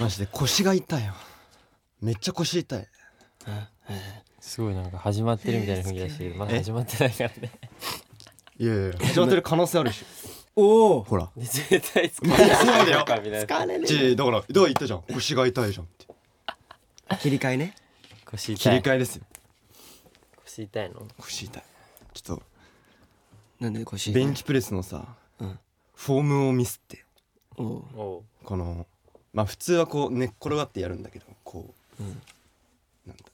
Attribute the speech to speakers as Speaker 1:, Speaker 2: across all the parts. Speaker 1: マジで腰が痛いわめっちゃ腰痛い
Speaker 2: すごいなんか始まってるみたいな雰囲気だしまだ始まってないからね
Speaker 1: いやいや始まってる可能性あるでし
Speaker 3: おお
Speaker 1: ょほら
Speaker 2: 絶対使わない
Speaker 1: そうだよ
Speaker 2: かみたいな
Speaker 3: 疲れね
Speaker 1: ちだからだから言ったじゃん腰が痛いじゃんって
Speaker 3: 切り替えね
Speaker 2: 腰
Speaker 1: 切
Speaker 2: 痛
Speaker 1: り
Speaker 2: い
Speaker 1: 替えですよ
Speaker 2: 腰痛いの
Speaker 1: 腰痛いちょっ
Speaker 3: なんで腰
Speaker 1: とベンチプレスのさ、
Speaker 3: うん
Speaker 1: フォームをミスって
Speaker 3: おお
Speaker 2: おう
Speaker 1: このまあ普通はこう寝っ転がってやるんだけどこう、
Speaker 3: うん
Speaker 1: なんだ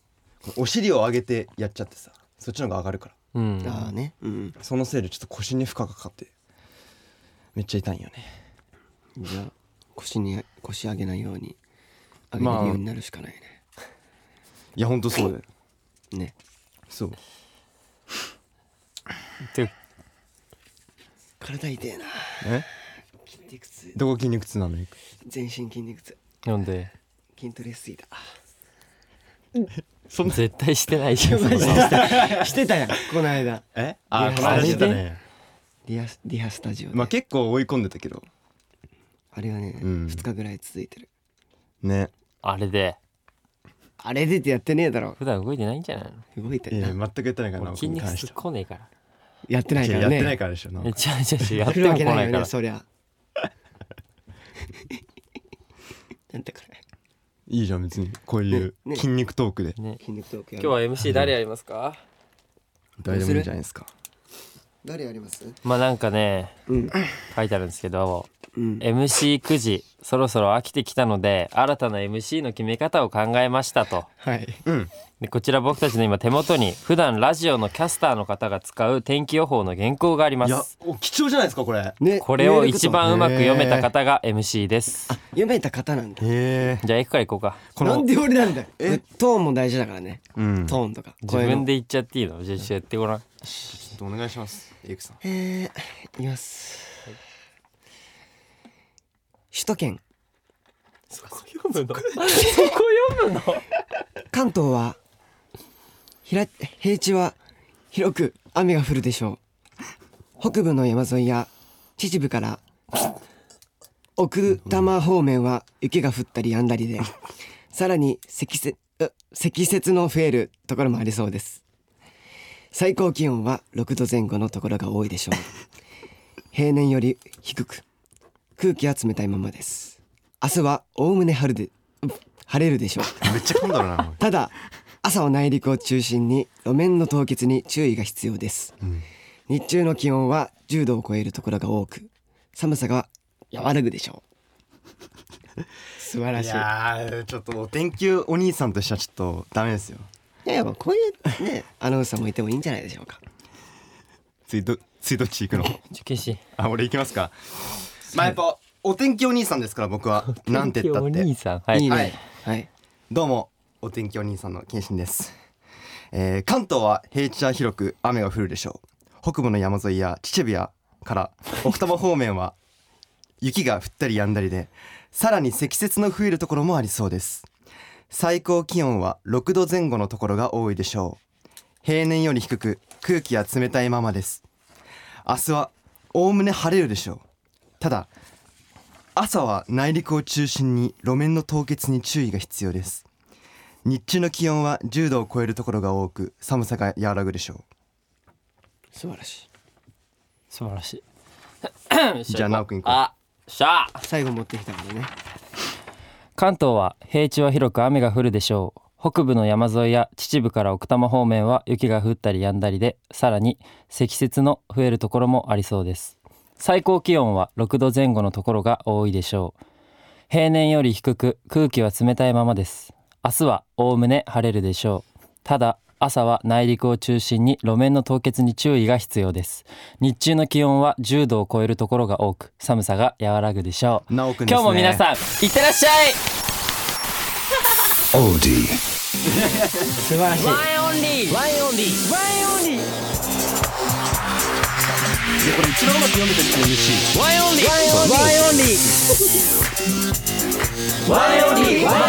Speaker 1: このお尻を上げてやっちゃってさそっちの方が上がるから
Speaker 2: うん
Speaker 3: ああねうん
Speaker 1: そのせいでちょっと腰に負荷がかかってめっちゃ痛いんよね
Speaker 3: じゃあ腰に腰上げないように上げれるようになるしかないね、
Speaker 1: いやほんとそうだよ
Speaker 3: ね
Speaker 1: そう
Speaker 2: で
Speaker 3: 体痛えな
Speaker 1: え
Speaker 3: 筋肉痛
Speaker 1: どこ筋肉痛なのよ
Speaker 3: 全身筋肉痛
Speaker 2: なんで
Speaker 3: 筋トレしすぎた
Speaker 1: そんな
Speaker 2: 絶対してないじゃんそんな
Speaker 3: してたやんこの間
Speaker 1: え
Speaker 3: い
Speaker 1: あ
Speaker 3: や
Speaker 1: この間
Speaker 2: マ
Speaker 1: し
Speaker 2: ジ
Speaker 1: て
Speaker 2: で
Speaker 1: たね
Speaker 3: リハリハスタジオで、
Speaker 1: まあ結構追い込んでたけど
Speaker 3: あれはね、
Speaker 1: うん
Speaker 3: 2日ぐらい続いてる
Speaker 1: ね
Speaker 2: あれで
Speaker 3: あれでってやってねえだろ
Speaker 2: 普段動いてないんじゃないの
Speaker 3: 動いて
Speaker 1: い
Speaker 3: る
Speaker 1: や
Speaker 3: な
Speaker 1: 全くやってないから
Speaker 2: 俺
Speaker 1: な
Speaker 2: 筋肉
Speaker 1: 僕に関
Speaker 2: 痛
Speaker 1: しては
Speaker 2: 来ねえから
Speaker 3: やってない
Speaker 1: い
Speaker 3: か
Speaker 1: や
Speaker 3: ら
Speaker 1: やっ
Speaker 3: ね
Speaker 1: てないからでしょなん
Speaker 2: え
Speaker 1: か
Speaker 2: 違う違う違うや
Speaker 3: や
Speaker 2: っ
Speaker 3: っててる
Speaker 2: も
Speaker 3: わ
Speaker 2: 来
Speaker 3: け
Speaker 2: な
Speaker 3: ない
Speaker 2: か
Speaker 3: いよ
Speaker 2: ら
Speaker 3: ねそりゃ なんだこれ
Speaker 1: いいじゃん別にこういう
Speaker 3: ねね
Speaker 1: 筋肉トークで
Speaker 2: ね
Speaker 3: 筋肉トークや
Speaker 2: 今
Speaker 3: る
Speaker 2: 日は MC 誰やりますか
Speaker 1: 大丈夫じゃないですか
Speaker 3: 誰やります
Speaker 2: まあなんかね
Speaker 3: うん
Speaker 2: 書いてあるんですけど
Speaker 3: うん
Speaker 2: MC 9時そろそろ飽きてきたので新たな MC の決め方を考えましたと
Speaker 3: はい
Speaker 1: うん
Speaker 2: でこちら僕たちの今手元に普段ラジオのキャスターの方が使う天気予報の原稿がありま
Speaker 1: いや
Speaker 2: す
Speaker 1: お貴重じゃないですかこれへ
Speaker 3: ね
Speaker 2: これを一
Speaker 3: 言える
Speaker 2: 番うまく読めた
Speaker 1: へー
Speaker 2: 方が MC です
Speaker 3: こと読めた方なんだ
Speaker 1: え
Speaker 2: じゃあ行くから行こうか
Speaker 1: こ
Speaker 3: なん
Speaker 1: の
Speaker 3: で俺なんだよ
Speaker 1: え
Speaker 3: トーンも大事だからね
Speaker 1: うんちょ
Speaker 3: トーンとか
Speaker 2: 自分で言っちゃっていいのじゃあ一緒やってごらん
Speaker 1: っとお願いしますエイクさん
Speaker 3: 声のえーいきます首都圏
Speaker 2: そこ読むのそこ読むの
Speaker 3: 関東はひら平地は広く雨が降るでしょう北部の山沿いや秩父から奥多摩方面は雪が降ったり止んだりでさらに積雪う積雪の増えるところもありそうです最高気温は6度前後のところが多いでしょう平年より低く空気は冷たいままです明日はおおむね晴れでう晴れるでしょう
Speaker 1: めっちゃ噛んだろうな
Speaker 3: ただ朝は内陸を中心に路面の凍結に注意が必要です
Speaker 1: うん
Speaker 3: 日中の気温は10度を超えるところが多く寒さが和らぐでしょ う素晴ら
Speaker 1: い
Speaker 3: しいいや
Speaker 1: やーちょっとお天気お兄さんとしてはちょっとダメですよ
Speaker 3: やっぱこういうねアナウンサーもいてもいいんじゃないでしょうか
Speaker 1: 次ど次どっち行くの
Speaker 2: 受験士
Speaker 1: あ俺行きますかまあやっぱお天気お兄さんですから僕はなんて言ったっ
Speaker 2: お
Speaker 1: て
Speaker 2: 兄さんはい
Speaker 3: いね
Speaker 1: はい
Speaker 3: はい
Speaker 1: どうもお天気お兄さんの謙信です、えー関東は平地は広く雨が降るでしょう北部の山沿いや秩父やから奥多摩方面は 雪が降ったり止んだりでさらに積雪の増えるところもありそうです最高気温は6度前後のところが多いでしょう平年より低く空気は冷たいままです明日はおおむね晴れるでしょうただ朝は内陸を中心に路面の凍結に注意が必要です日中の気温は10度を超えるところが多く寒さが和らぐでしょ
Speaker 3: 素晴らしい
Speaker 2: 素晴らしい
Speaker 1: じゃあ直君行こう
Speaker 2: あしゃあ
Speaker 3: 最後持ってきたからね
Speaker 2: 関東は平地は広く雨が降るでしょう北部の山沿いや秩父から奥多摩方面は雪が降ったり止んだりでさらに積雪の増えるところもありそうです最高気温は6度前後のところが多いでしょう平年より低く空気は冷たいままです明日はおおむね晴れるでしょうただ朝は内陸を中心に路面の凍結に注意が必要です日中の気温は10度を超えるところが多く寒さが和らぐでしょう
Speaker 1: う直くんです、ね、
Speaker 2: 今日も皆さんいってらっしゃい
Speaker 3: 素晴らしい
Speaker 2: ワンオンリーワンオンリーワンオンリー
Speaker 1: いやこれ一番うまく読めてるって MC
Speaker 2: ワンオンリーワンオンリーワンオンリーワンオンリーワンオ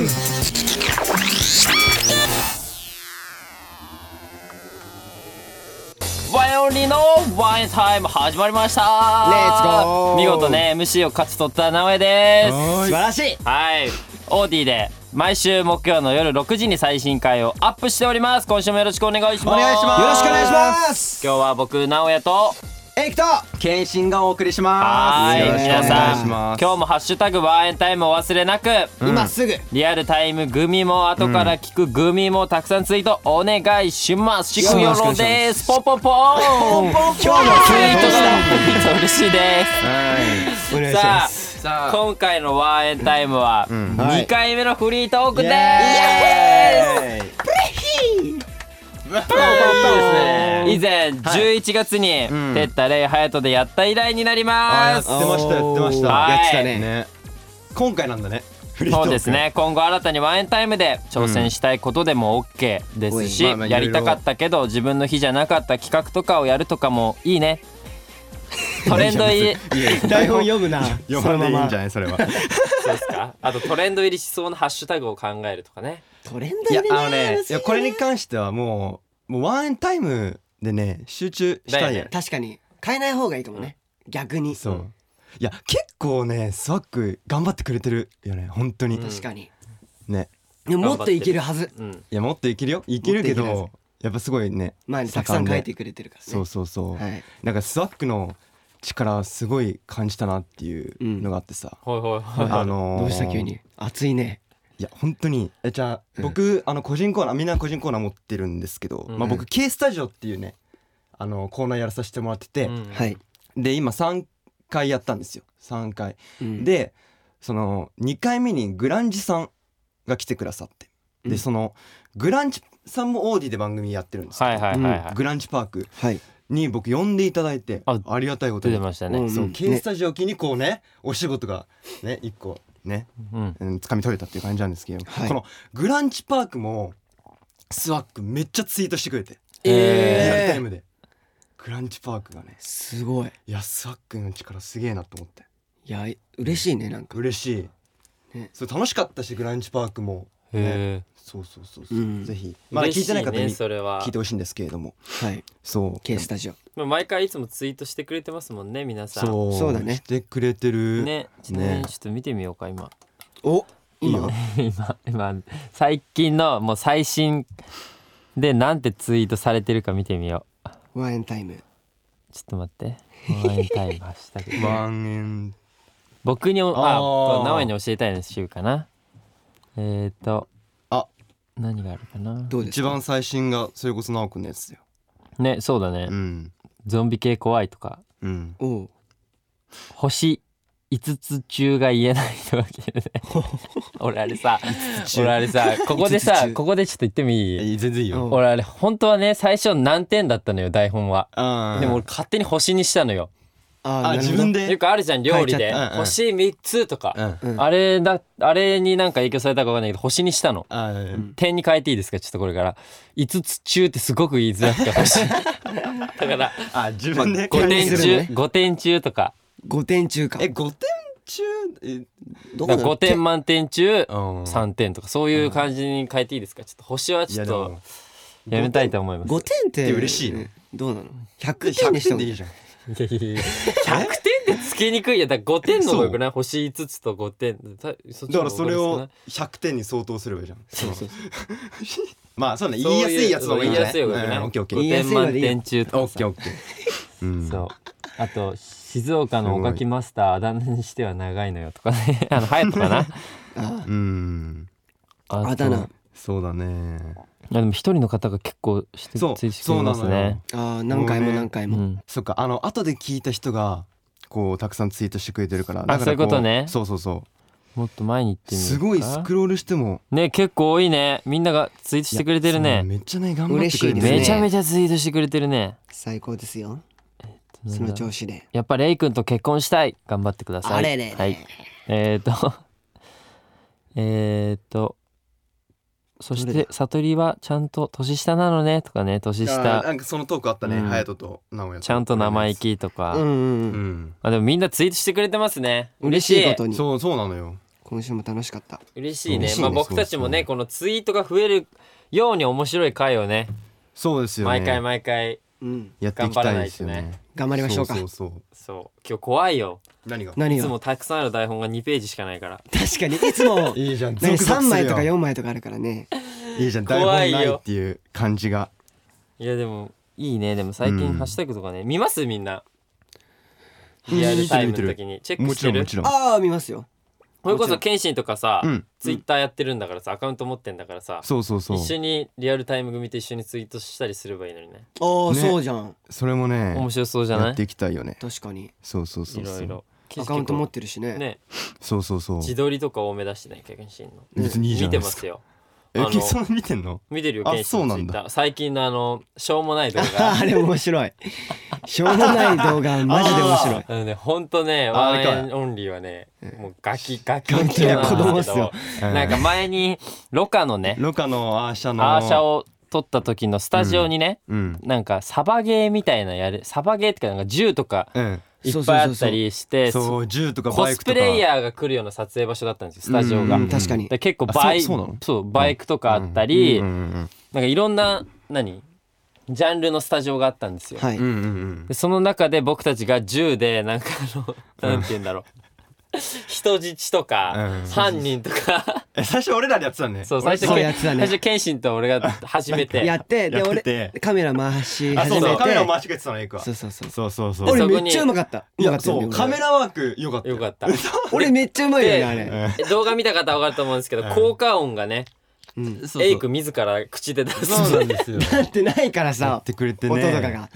Speaker 2: ンリリーのワインタイム始まりました
Speaker 3: レッツゴー
Speaker 2: 見事ね MC を勝ち取った直江です
Speaker 3: 素晴らしい
Speaker 2: はいオーディで毎週木曜の夜6時に最新回をアップしております今週もよろしくお願いします
Speaker 1: お願いします
Speaker 3: よろしくお願いします
Speaker 2: 今日は僕直江と
Speaker 3: エイクト
Speaker 1: 検診がお送りしま
Speaker 2: は
Speaker 1: す
Speaker 2: い
Speaker 1: よろしくお
Speaker 2: 皆さ
Speaker 1: 願い
Speaker 2: ん
Speaker 1: しま
Speaker 2: 今
Speaker 1: す
Speaker 2: 日もハッシュタグワインタイムを忘れなく
Speaker 3: 今 すぐ
Speaker 2: リアルタイム組も後から聞く組もたくさんツイートお願いします。しくよろです。ポンポンポン。ポンポン ポン。ツイートが嬉しいです。
Speaker 3: お願いし
Speaker 2: さ
Speaker 3: ま
Speaker 2: あ
Speaker 3: す
Speaker 1: さあ
Speaker 2: 今回のワンエンタイムは
Speaker 3: はい
Speaker 2: 2回目のフリートークです。
Speaker 1: エーイ
Speaker 2: いいですね以前11月に
Speaker 1: ん
Speaker 2: テッタレイハヤトでやった以来になり
Speaker 1: あや
Speaker 2: ま
Speaker 1: っ
Speaker 2: す
Speaker 1: て。ましたやってました
Speaker 2: はい
Speaker 3: やってたね
Speaker 1: ね今回なんだねフリートー
Speaker 2: そ
Speaker 1: ク
Speaker 2: うですね今後新たにワンエンタイムで挑戦したいことでも OK ですし、
Speaker 1: うんおいまあまあ
Speaker 2: やりたかったけど自分の日じゃなかった企画とかをやるとかもいい ねトレンド入り
Speaker 3: 台本読 むな
Speaker 1: 読まないでいいんじゃ
Speaker 3: い
Speaker 1: ないそれは
Speaker 2: そうですかあとトレンド入りしそうなハッシュタグを考えるとかね
Speaker 3: トレン
Speaker 1: い
Speaker 3: ド
Speaker 1: や
Speaker 3: 入れ
Speaker 1: あのねい
Speaker 3: い
Speaker 1: やこれに関してはもうもうワンエンタイムでね集中したい
Speaker 2: だよね
Speaker 3: 確かに変えない方がいいかもね逆に
Speaker 1: そういや結構ねスワック頑張ってくれてるよね本当に
Speaker 3: 確かに
Speaker 1: ね
Speaker 3: でもも
Speaker 2: 頑
Speaker 3: っ
Speaker 2: 張っ
Speaker 3: と
Speaker 2: て
Speaker 3: いけるはず
Speaker 2: うん
Speaker 1: いやもっといけるよいけるけ
Speaker 3: もっといける
Speaker 1: どやっぱすごいね
Speaker 3: 前にたくさん書いてくれてるからね
Speaker 1: そうそうそう
Speaker 3: はい
Speaker 1: なんかスワックの力すごい感じたなっていうのがあってさ
Speaker 2: ほいほいほい
Speaker 1: あのー
Speaker 3: どうした急に暑いね
Speaker 1: いや本当にえじゃあ僕あの個人コーナーみんな個人コーナー持ってるんですけど
Speaker 2: うん
Speaker 1: まあ僕 K スタジオっていうねあのコーナーやらさせてもらってて
Speaker 2: うん
Speaker 3: はい
Speaker 1: で今3回やったんですよ3回
Speaker 3: うん
Speaker 1: でその2回目にグランジさんが来てくださって
Speaker 3: う
Speaker 1: で
Speaker 3: ん
Speaker 1: そのグランジさんもオーディで番組やってるんですけど
Speaker 2: はいはいはいはい
Speaker 1: グランジパーク
Speaker 3: はい
Speaker 1: に僕呼んでいただいて
Speaker 2: あ
Speaker 1: ありがたいこと
Speaker 2: 出
Speaker 1: に
Speaker 2: てましたね、
Speaker 3: うん
Speaker 1: そう K
Speaker 3: ね
Speaker 1: スタジオを機にこうねお仕事がね一個ね
Speaker 2: うん
Speaker 1: うん掴み取れたっていう感じなんですけど
Speaker 3: はい
Speaker 1: このグランチパークもスワックめっちゃツイートしてくれてリアルタイ
Speaker 3: えー
Speaker 1: ムでグランチパークがね
Speaker 3: すごい
Speaker 1: いやスワックの力すげえなと思って
Speaker 3: いや嬉しいねなんか
Speaker 1: 嬉しい、
Speaker 3: ね
Speaker 1: そう楽しかったしグランチパークも
Speaker 2: へ
Speaker 1: そうそうそうそう、
Speaker 3: うん
Speaker 1: ぜひまだ聞いてない方
Speaker 2: 嬉し
Speaker 1: に
Speaker 2: ねそ
Speaker 1: 聞
Speaker 2: れはい
Speaker 1: てほしいんですけれども
Speaker 3: はい
Speaker 1: そう
Speaker 3: K スタジオ
Speaker 2: まあ毎回いつもツイートしてくれてますもんね皆さん
Speaker 1: そう
Speaker 3: そうだね
Speaker 1: してくれてる
Speaker 2: ねちなみにちょっと見てみようか今
Speaker 3: お
Speaker 1: いい
Speaker 3: 今
Speaker 1: よ
Speaker 2: 今今最近のもう最新でなんてツイートされてるか見てみよ
Speaker 3: ワンエンタイム
Speaker 2: うちょっと待ってワンエンタイムハッシュ タグ
Speaker 1: ワンエン
Speaker 2: 僕にあ
Speaker 1: あー
Speaker 2: 直江に教えたいの週かなえっ、ー、と
Speaker 1: あ
Speaker 2: 何があるかな
Speaker 3: どうです
Speaker 1: 一
Speaker 3: か
Speaker 1: 番最新がそれこそ直くんのやつだよ
Speaker 2: ねそうだね、
Speaker 1: うん
Speaker 2: ゾンビ系怖いとか
Speaker 1: うん
Speaker 3: おう
Speaker 2: 星5つ中が言えないとか言ってね俺あれさ
Speaker 1: 中
Speaker 2: 俺あれさここで
Speaker 3: 五つ
Speaker 2: さ
Speaker 3: 中
Speaker 2: ここでちょっと言ってもいい、
Speaker 1: え全然いいよ、
Speaker 3: うん
Speaker 2: 俺あれ本当はね最初難点だったのよ台本は
Speaker 1: あ
Speaker 2: でも俺勝手に星にしたのよ
Speaker 3: あ
Speaker 1: あ自分
Speaker 3: で
Speaker 2: よ
Speaker 1: で
Speaker 2: くあるじゃん料理
Speaker 3: 変
Speaker 2: で
Speaker 3: えち
Speaker 1: ゃったうんうん
Speaker 2: 星3つとか
Speaker 1: ん
Speaker 3: うん
Speaker 2: あれだあれになんか影響されたかわかんないけど星にしたの
Speaker 1: あー
Speaker 3: ん
Speaker 2: 点に変えていいですかちょっとこれから5つ中ってすごく言いづらくて星だから
Speaker 1: あ自分で
Speaker 2: 5点
Speaker 3: する
Speaker 2: 中
Speaker 3: ね
Speaker 2: 5点中とか
Speaker 3: 5点中か
Speaker 1: え五点中え
Speaker 3: ど
Speaker 2: だから5点満点中
Speaker 1: うん
Speaker 2: 3点とかそういう感じに変えていいですかちょっと星はいちょ
Speaker 1: や
Speaker 2: っ
Speaker 1: で
Speaker 2: と
Speaker 1: も
Speaker 2: やめたいと思います
Speaker 3: 5点って
Speaker 1: 嬉しいね
Speaker 3: どうなの100点に
Speaker 1: 100
Speaker 3: した
Speaker 1: 点
Speaker 3: の
Speaker 1: でいいじゃん
Speaker 2: いやいやいや100点ってつけにくいよだから5点の方がよくない星5つと5点
Speaker 1: だ
Speaker 2: だ
Speaker 1: からそれを100点に相当すればいいじゃん。そうそう まあそうね
Speaker 2: そう
Speaker 1: 言
Speaker 2: いう
Speaker 1: いやすいやつの方がいいんじゃない。
Speaker 2: 言いやすい方がいい
Speaker 1: うんオッケーオッケ
Speaker 2: 5
Speaker 1: ー。
Speaker 3: 言いや
Speaker 2: 点
Speaker 3: すいの
Speaker 2: 満
Speaker 3: でいいよ
Speaker 2: 点中と
Speaker 1: オ
Speaker 2: か
Speaker 1: ッケー
Speaker 2: さ
Speaker 1: オッケー。うん
Speaker 2: そうあと静岡のおかきマスターあだ名にしては長いのよとかね あのハヤト かな
Speaker 3: あ
Speaker 1: うん。
Speaker 2: あと
Speaker 3: あだ名
Speaker 1: そうだね。
Speaker 2: いやでも一人の方が結構して
Speaker 1: そう
Speaker 2: 追してくれます
Speaker 1: そうなのよ
Speaker 2: ね
Speaker 3: あー何回も何回
Speaker 2: う
Speaker 3: も
Speaker 2: ん
Speaker 1: そっかあの後で聞いた人がこうたくさんツイートしてくれてるから。だから
Speaker 2: そういうことね
Speaker 1: こうそうそうそ
Speaker 2: もっと前に行って
Speaker 1: う。
Speaker 2: みようか
Speaker 1: すごいスクロールしても。
Speaker 2: ね結構多いねみんながツイートしてくれてる
Speaker 1: いやそう
Speaker 2: ね
Speaker 1: めっちゃね頑張ってくれて
Speaker 3: 嬉しい
Speaker 1: る
Speaker 3: ですね
Speaker 2: めちゃめちゃツイートしてくれてるね
Speaker 3: 最高ですよその調子で
Speaker 2: やっぱレイ君と結婚したい頑張ってください
Speaker 3: あれれれ
Speaker 2: はいえっ、ー、と えっとそし
Speaker 3: どれ
Speaker 2: て悟りはちゃんと年下なのねとかね年
Speaker 1: あーな
Speaker 2: 下
Speaker 1: んかそのトークあったね。
Speaker 2: うん
Speaker 1: 隼人と直哉。
Speaker 2: ちゃんと生意。気とか、
Speaker 3: うんうん
Speaker 1: う
Speaker 3: うん
Speaker 1: ん。
Speaker 2: あでもみんなツイートしてくれてますね
Speaker 3: 嬉しいことに
Speaker 1: そうそうなのよ。
Speaker 3: 今週も楽しかった
Speaker 2: 嬉しいね
Speaker 1: 嬉しいね
Speaker 2: まあ僕たちもね
Speaker 1: そ
Speaker 2: このツイートが増えるように面白い回をね
Speaker 1: そうですよね。
Speaker 2: 毎回毎回
Speaker 3: うん
Speaker 1: やっていきたいですよ
Speaker 2: 頑張らない
Speaker 1: ね
Speaker 3: 頑張りましょうか
Speaker 1: そうそうそう
Speaker 2: そう今日怖いよ
Speaker 1: 何が
Speaker 3: 何
Speaker 2: い
Speaker 3: が
Speaker 2: つもたくさんある台本が2ページしかないから
Speaker 3: 確かにいつも
Speaker 1: いいじゃん
Speaker 3: ね
Speaker 1: ゾクゾクす
Speaker 3: 3
Speaker 1: る
Speaker 3: 枚
Speaker 1: よ
Speaker 3: とか4枚とかあるからね
Speaker 1: いいじゃん台本
Speaker 2: 怖
Speaker 1: ない
Speaker 2: よ
Speaker 1: いっていう感じが
Speaker 2: いやでもいいねでも最近
Speaker 1: うん
Speaker 2: ハッシュタグとかね、見ますみんな
Speaker 1: うん
Speaker 2: リアルタイム
Speaker 1: 見てる
Speaker 2: の
Speaker 1: 見て
Speaker 2: 時にチェック
Speaker 1: も
Speaker 2: し
Speaker 1: ち
Speaker 2: て
Speaker 1: ろん
Speaker 2: る
Speaker 1: もちろん
Speaker 3: ああ見ますよ
Speaker 2: これこ
Speaker 3: もちろ
Speaker 2: そ
Speaker 3: ん
Speaker 2: 謙信とかさ、
Speaker 1: うん
Speaker 2: ツイッターやってるんだからさアカウント持ってんだからさ
Speaker 1: そうそうそう
Speaker 2: 一緒にリアルタイム組と一緒にツイートしたりすればいいのにね
Speaker 3: ああ、
Speaker 1: ね
Speaker 3: そうじゃん
Speaker 1: それもね
Speaker 2: 面白そうじゃ
Speaker 1: や
Speaker 2: な
Speaker 1: っ
Speaker 2: い
Speaker 1: ていきたいよね
Speaker 3: 確かに
Speaker 1: そうそうそ
Speaker 2: いう
Speaker 1: そ
Speaker 2: ろ
Speaker 1: う
Speaker 2: いろ
Speaker 3: アカウント持ってるしね
Speaker 2: ね
Speaker 1: そうそうそう
Speaker 2: 自撮りとか多め出してね謙信の
Speaker 1: 別にいいじゃ
Speaker 2: 見
Speaker 1: ない
Speaker 2: て
Speaker 1: で
Speaker 2: ますす
Speaker 1: か
Speaker 2: よ
Speaker 1: え
Speaker 2: あの
Speaker 1: けそんな見てんの
Speaker 2: 見てるよ
Speaker 1: あ
Speaker 2: 謙信
Speaker 1: そ
Speaker 2: の
Speaker 1: うなんだ
Speaker 2: Twitter 最近のあのしょうもない動 画
Speaker 3: あれ面白いしょうもない動画マジで面白い
Speaker 2: あのねほんとね
Speaker 1: あ
Speaker 2: ワ
Speaker 1: あれ
Speaker 2: ン
Speaker 1: か
Speaker 2: エンオンリーはねもうガキガキ
Speaker 3: ガキな子供っすよ
Speaker 1: うん
Speaker 2: なんか前にロカのね
Speaker 1: ロカのアーシャの
Speaker 2: アーシャを撮った時のスタジオにね、
Speaker 1: うん
Speaker 2: なんかサバゲーみたいなやるサバゲーってかなんか銃とか
Speaker 1: うん
Speaker 2: いっぱいあったりしてそ
Speaker 1: そう銃とか
Speaker 2: コ
Speaker 1: バイ
Speaker 2: ス
Speaker 1: クと
Speaker 2: プ
Speaker 1: か
Speaker 2: レイヤーが来るような撮影場所だったんですよスタジオ
Speaker 1: うんう
Speaker 2: が。
Speaker 1: ん
Speaker 3: うん確かに
Speaker 2: で結構バイ
Speaker 1: あそうそうなの
Speaker 2: そうバイクとかあったり、
Speaker 1: うんうん
Speaker 2: なんかいろんな何ジャンルのスタジオがあったんですよ。
Speaker 3: はい
Speaker 1: うんうんうんうん
Speaker 2: でその中で僕たちが銃でなんかあのなんて言うんだろう人質とか
Speaker 1: うん
Speaker 2: 犯人とか
Speaker 1: え最初俺らでやってたね
Speaker 2: そう最初
Speaker 3: そう
Speaker 2: け
Speaker 3: や
Speaker 2: ん
Speaker 3: ってた
Speaker 2: 最
Speaker 3: ね
Speaker 2: 初謙信と俺が初めて
Speaker 3: やってで
Speaker 1: やって
Speaker 3: 俺
Speaker 1: て
Speaker 3: カメラ回し
Speaker 1: あそ
Speaker 3: 始
Speaker 1: うそう
Speaker 3: め
Speaker 1: カメラを
Speaker 3: て
Speaker 1: 回してくれてたのエイクは
Speaker 3: そうそうそう
Speaker 1: そうそうそう
Speaker 3: 俺
Speaker 2: そこに
Speaker 3: めっちゃうまかった
Speaker 1: いう
Speaker 3: まか
Speaker 1: や
Speaker 3: ったよ
Speaker 1: そ
Speaker 3: ね
Speaker 1: うカメラワークよかった
Speaker 2: よかった。
Speaker 3: 俺めっちゃうまいよねあ
Speaker 2: で
Speaker 3: れ
Speaker 2: 動画見た方は分かると思うんですけど、
Speaker 1: うん
Speaker 2: 効果音がね、
Speaker 3: うん
Speaker 1: そうそう
Speaker 2: エイク自ら口で出す
Speaker 1: そうなん ですよ
Speaker 3: なってないから
Speaker 1: や
Speaker 3: さ
Speaker 1: ってくれてね
Speaker 3: 音とかが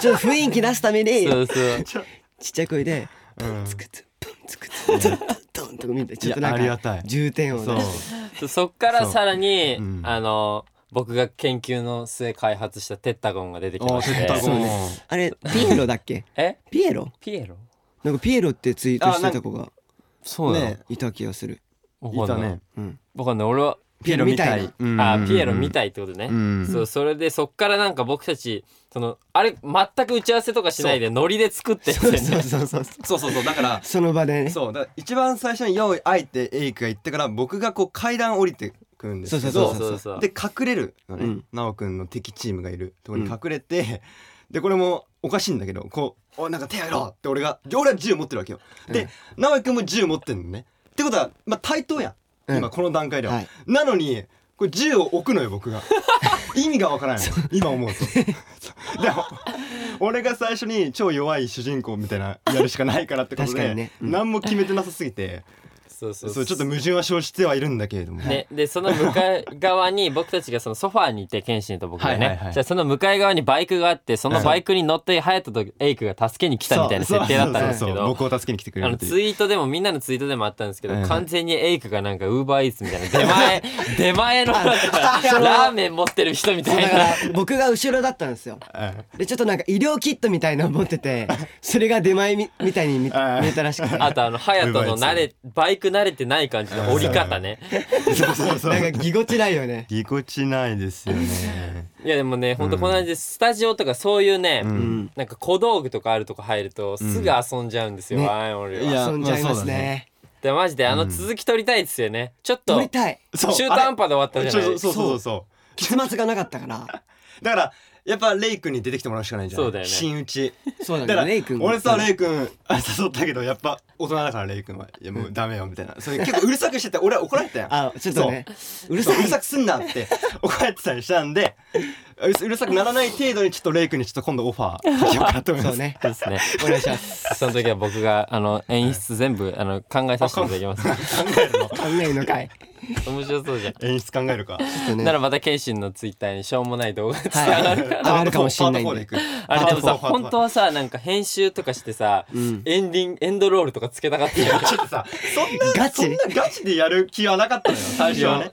Speaker 3: ちょっと雰囲気出すために
Speaker 2: そうそう
Speaker 3: ちっちゃい声で
Speaker 1: うん
Speaker 3: つくつプンつくつドンドンドンとか見てちょっと
Speaker 1: いやあり
Speaker 3: な
Speaker 1: が
Speaker 3: ん
Speaker 1: た
Speaker 3: か
Speaker 1: い
Speaker 3: 重点を
Speaker 1: そう
Speaker 3: ね
Speaker 2: そうそっからさらに、
Speaker 1: そううん
Speaker 2: あの僕が研究の末開発したテッタゴンが出てき
Speaker 1: あ
Speaker 2: ま
Speaker 1: あ
Speaker 2: し
Speaker 1: セ
Speaker 2: て
Speaker 1: ッタゴ
Speaker 3: そう
Speaker 1: ン
Speaker 3: ねあれピエロだっけ
Speaker 2: え
Speaker 3: ピエロ
Speaker 2: ピエロ
Speaker 3: なんかピエロってツイートしてた子が
Speaker 2: そう
Speaker 1: な
Speaker 2: な
Speaker 1: の
Speaker 2: の、
Speaker 1: ね
Speaker 3: いた気がする
Speaker 2: わ
Speaker 1: い
Speaker 2: か
Speaker 1: た
Speaker 2: んない
Speaker 1: ね
Speaker 3: うん
Speaker 2: わかんない俺は、
Speaker 1: ピエロみたい
Speaker 3: み
Speaker 1: うん
Speaker 2: あピエロみ
Speaker 1: い
Speaker 2: たいってことね、
Speaker 1: うん
Speaker 2: そうそれでそっからなんか僕たちそのあれ全く打ち合わせとかしないでノリで作ってるん
Speaker 3: そう
Speaker 2: で
Speaker 3: そう
Speaker 2: ね
Speaker 3: そうそ
Speaker 1: そ
Speaker 3: う
Speaker 1: うそうそうだから
Speaker 3: その場でね
Speaker 1: そうだから一番最初に「よいあい」ってエイクが言ってから僕がこう階段降りてくるんですけど
Speaker 3: そうそうそう
Speaker 2: そう
Speaker 1: で隠れるのね、
Speaker 3: うん
Speaker 1: なおくんの敵チームがいるところに隠れて、でこれもおかしいんだけどこう「おなんか手やろ!」って俺がで俺は銃持ってるわけよで、なおくんも銃持ってんのねってことは、まあ、対等やん
Speaker 3: うん
Speaker 1: 今この段階では、
Speaker 3: はい
Speaker 1: なのにこれ銃を置くのよ僕 が意味がわからないの今思うと でも俺が最初に超弱い主人公みたいなやるしかないからってこと
Speaker 3: 確か
Speaker 1: で、
Speaker 3: にねうん
Speaker 1: 何も決めてなさすぎて
Speaker 2: そうそ
Speaker 1: そうちょっと矛盾は生じてはいるんだけれども、
Speaker 2: ね、でその向かい側に僕たちがそのソファーにいて謙信と僕がね、
Speaker 1: はいはいはい
Speaker 2: じゃあその向かい側にバイクがあってそのバイクに乗って隼人とエイクが助けに来たみたいな設定だったんです
Speaker 1: そ
Speaker 2: け
Speaker 1: うそうそう
Speaker 2: ど
Speaker 1: 僕を助けに来てくれ
Speaker 2: あ
Speaker 1: るっ
Speaker 2: の
Speaker 1: て
Speaker 2: ツ
Speaker 1: いう
Speaker 2: イートでもみんなのツイートでもあったんですけど、
Speaker 1: うん
Speaker 2: 完全にエイクがなんかウーバーイーツみたいな 出前出前のなんかラーメン持ってる人みた
Speaker 3: だ
Speaker 2: い
Speaker 3: か
Speaker 2: な
Speaker 3: ら僕が後ろだったんですよ
Speaker 1: うん
Speaker 3: でちょっとなんか医療キットみたいなの持っててそれが出前みみたいに見見
Speaker 1: あー
Speaker 3: えたらしくて
Speaker 2: あとあの隼人の慣れバイク慣れてない感じの折り方ね
Speaker 1: そうそうそう
Speaker 3: なんかぎこちないよね
Speaker 1: ぎこちないですよ ね
Speaker 2: いやでもねほんとこの感じでスタジオとかそういうね、
Speaker 3: うん
Speaker 2: なんか小道具とかあるとこ入るとすぐ遊んじゃうんですよ、
Speaker 3: ね
Speaker 2: あー俺は。
Speaker 1: いや
Speaker 3: 遊んじゃいま
Speaker 1: ま
Speaker 3: す
Speaker 1: あそうだ
Speaker 3: ね
Speaker 2: でマジであの続き撮りたいですよね、ちょっ
Speaker 3: 撮
Speaker 2: と
Speaker 3: りたい
Speaker 1: そう
Speaker 2: 中途半端で終わっ
Speaker 1: あれ
Speaker 2: たじゃない
Speaker 1: ちょそうそうそうそ
Speaker 3: 結末がなかったから
Speaker 1: うだからやっぱレイ君に出てきてもらうしかないじゃん
Speaker 2: そうだよね
Speaker 1: 新内
Speaker 3: そうな
Speaker 1: だ
Speaker 3: ん
Speaker 1: から
Speaker 3: だよ レイ君
Speaker 1: 俺さレ
Speaker 3: イ
Speaker 1: イ君あ誘ったけどやっぱ大人だからレイ君はいやもうダメよみたいなそれ結構うるさくしてて俺は怒られてたやん
Speaker 3: あちょっとねうるさ
Speaker 1: そううる
Speaker 3: い
Speaker 1: さくすんなって怒られてたりしたんでうるうるさくならない程度にちょっとレイ君にちょっと今度オファーかけようかなと思いま
Speaker 3: そう
Speaker 1: す
Speaker 3: ね
Speaker 2: ですね
Speaker 3: お願いします
Speaker 2: その時は僕があの演出全部あの考えさせていただきます
Speaker 1: 考えるの
Speaker 3: 考えの会
Speaker 2: 面白そうじゃ ん
Speaker 1: 演出考えるか
Speaker 3: ちょっとね
Speaker 2: ならまた謙信のツイッターにしょうもない動画つなが
Speaker 3: はい
Speaker 2: るから、
Speaker 3: 上がるかもしれないんで
Speaker 1: パートフォー
Speaker 2: あれでもさ
Speaker 1: パートフォー
Speaker 2: 本当はさなんか編集とかしてさ、
Speaker 3: ん
Speaker 2: エンディングエンドロールとかつけたかっ たよ
Speaker 1: パートフォーちょっとさそんな
Speaker 3: ガチ
Speaker 1: そんなガチでやる気はなかったのよ最初はね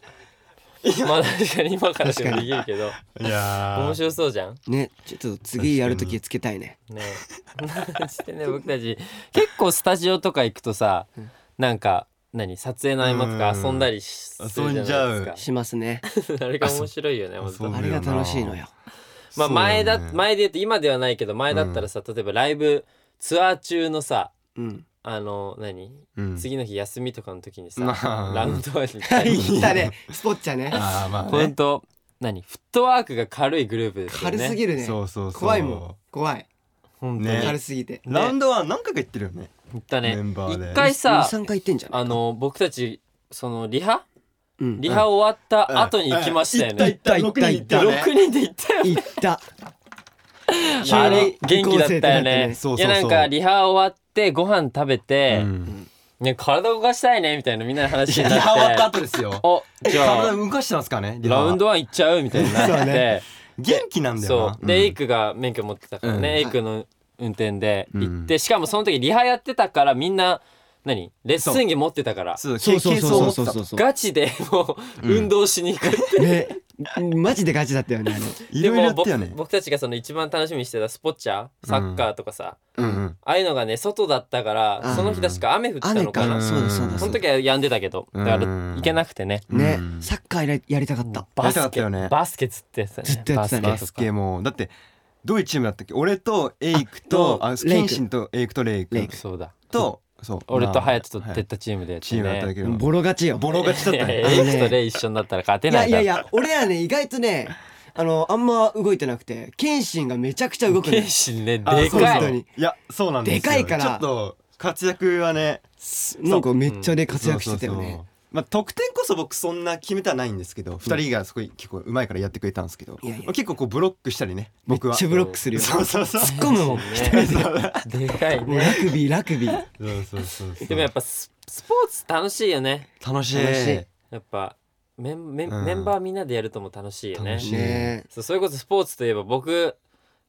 Speaker 2: まあ確かに今からでもできるけど
Speaker 1: いやー
Speaker 2: 面白そうじゃん
Speaker 3: ねちょっと次やるときつけたいね
Speaker 2: ねえマジでね僕たち結構スタジオとか行くとさ、なんか何撮影の合間とか遊んだりし
Speaker 1: うん
Speaker 2: するじゃない
Speaker 1: 遊ん
Speaker 2: で
Speaker 3: しますね
Speaker 2: すかあれが面白いよね本
Speaker 1: そう
Speaker 2: 当
Speaker 3: あれが楽しいのよ
Speaker 2: ま
Speaker 1: そうだ
Speaker 2: あ
Speaker 1: ね
Speaker 2: 前だ前で言うと今ではないけど前だったらさ、例えばライブツアー中のさ
Speaker 3: うん
Speaker 2: あの何、
Speaker 1: うん
Speaker 2: 次の日休みとかの時にさ、
Speaker 1: まあ
Speaker 2: ラウンドワイズに行ったり
Speaker 3: 来たねスポッチャね
Speaker 1: あーまあ
Speaker 2: 本
Speaker 1: ね
Speaker 2: 当何フットワークが軽いグループですよね
Speaker 3: 軽すぎるね
Speaker 1: そうそうそう
Speaker 3: 怖いもん怖い
Speaker 2: 本当に
Speaker 1: ね
Speaker 3: 軽すぎて
Speaker 2: ね
Speaker 1: ラウンドは何回か行ってるよね
Speaker 2: 言ったね
Speaker 1: メンバーで
Speaker 2: 一回さ
Speaker 3: 23回行ってんじゃん
Speaker 2: あの僕たちそのリハ
Speaker 3: うん
Speaker 2: リハ終わった後に行きましたよ
Speaker 1: 行っ
Speaker 2: ね、
Speaker 1: た行った行った行っ
Speaker 2: 6人で行ったよ
Speaker 3: 行った
Speaker 1: 急
Speaker 2: まああの
Speaker 1: に
Speaker 2: 元気だったよね
Speaker 1: そう
Speaker 2: い
Speaker 1: そう
Speaker 2: や
Speaker 1: そう
Speaker 2: なんかリハ終わってご飯食べ
Speaker 1: た
Speaker 2: て、
Speaker 1: うん
Speaker 2: ね、体動かしたいねみたいなみんなの話
Speaker 1: リ
Speaker 2: になって
Speaker 1: ハ終わった後ですよ
Speaker 2: おじゃ
Speaker 1: 体
Speaker 2: あ
Speaker 1: 動かしてますかねリハ
Speaker 2: ラ
Speaker 1: は
Speaker 2: ウンドワン行っちゃうみたいにな
Speaker 1: そ
Speaker 2: っ
Speaker 1: うね
Speaker 2: て
Speaker 1: 元気なんだよ
Speaker 2: そ
Speaker 1: な
Speaker 2: うでエイ
Speaker 1: ん
Speaker 2: クが免許持ってたから
Speaker 1: うん
Speaker 2: ね、エイクの運転で行っ
Speaker 1: う
Speaker 2: てしかもその時リハやってたからみんな何レッスン着持ってたから
Speaker 1: そう
Speaker 3: そうそうそうそ
Speaker 1: 軽装
Speaker 3: うそ
Speaker 1: 持っ
Speaker 3: う
Speaker 1: て
Speaker 3: そう
Speaker 2: ガチでもう
Speaker 1: うん
Speaker 2: 運動しに行くって
Speaker 3: ねマジでガチだったよねあれ
Speaker 1: たい
Speaker 2: で
Speaker 1: ろいろや
Speaker 2: も
Speaker 1: ったよ
Speaker 2: 僕
Speaker 1: ね
Speaker 2: 僕たちがその一番楽しみにしてたスポッチャーサッカーとかさ、
Speaker 1: うんうん
Speaker 2: ああいうのがね外だったから
Speaker 3: あー
Speaker 2: その日確か雨降ってた
Speaker 3: 雨
Speaker 2: のか
Speaker 3: か
Speaker 2: な
Speaker 3: そうだそうだ
Speaker 2: そ
Speaker 3: そ
Speaker 2: の
Speaker 3: うだ
Speaker 2: 時は止んでたけどだから
Speaker 1: うん
Speaker 2: 行けなくてね
Speaker 1: う
Speaker 3: ね
Speaker 1: ん
Speaker 3: サッカーやりやりたかった
Speaker 2: バ
Speaker 1: やり
Speaker 2: ス
Speaker 1: たかった
Speaker 2: ケ、
Speaker 1: よね
Speaker 2: バスケつってやってたね
Speaker 3: ずっとやってたね
Speaker 1: バスケ
Speaker 2: も
Speaker 1: もだってどういうチームだったっけ俺とエイクと
Speaker 3: あ
Speaker 1: あ
Speaker 3: レイク
Speaker 1: ケンシンとエイクとレイク
Speaker 3: レイク
Speaker 2: そうだ
Speaker 1: とそう
Speaker 2: 俺と隼人と
Speaker 1: は
Speaker 2: てっ
Speaker 1: い
Speaker 2: たチームでやって
Speaker 1: チームだっただ
Speaker 2: ね
Speaker 1: けど
Speaker 3: ボロ勝ちよ
Speaker 1: ボロ勝ちだった
Speaker 2: い
Speaker 1: ね
Speaker 2: やいやエイクとレイ一緒になったら勝て
Speaker 3: い
Speaker 2: な
Speaker 3: や
Speaker 2: い
Speaker 3: い
Speaker 2: だ
Speaker 3: や
Speaker 2: ろ
Speaker 3: いや俺らね意外とねあのあんま動いてなくて謙信がめちゃくちゃ動く
Speaker 2: 謙
Speaker 3: ね
Speaker 2: 信 ねで
Speaker 1: あ
Speaker 2: かい
Speaker 1: そう
Speaker 3: 本
Speaker 1: そ
Speaker 3: 当
Speaker 1: う
Speaker 3: に
Speaker 1: いやそうなんですよ
Speaker 3: でかいから
Speaker 1: ちょっと活躍はね
Speaker 3: なんかめっちゃね活躍してたよ
Speaker 1: そうそう
Speaker 3: ね
Speaker 1: そうまあ得点こそ僕そんな決めてはないんですけど二人がすごい結構うまいからやってくれたんですけど
Speaker 3: いやいや
Speaker 1: 結構こうブロックしたりね僕
Speaker 3: め
Speaker 1: は
Speaker 3: っちゃブロックするよ
Speaker 1: そうそうそう
Speaker 3: 突っ込むもん
Speaker 2: ねでかい
Speaker 3: もう
Speaker 2: ね
Speaker 3: ラグビーラグビー
Speaker 1: そうそうそうそう
Speaker 2: でもやっぱススポーツ楽しいよね
Speaker 1: 楽しい
Speaker 3: 楽しい
Speaker 2: やっぱメンメン
Speaker 1: うん
Speaker 2: メンバーみんなでやるとも楽しいよね
Speaker 1: 楽しい
Speaker 3: ね
Speaker 2: そうそれこそスポーツといえば僕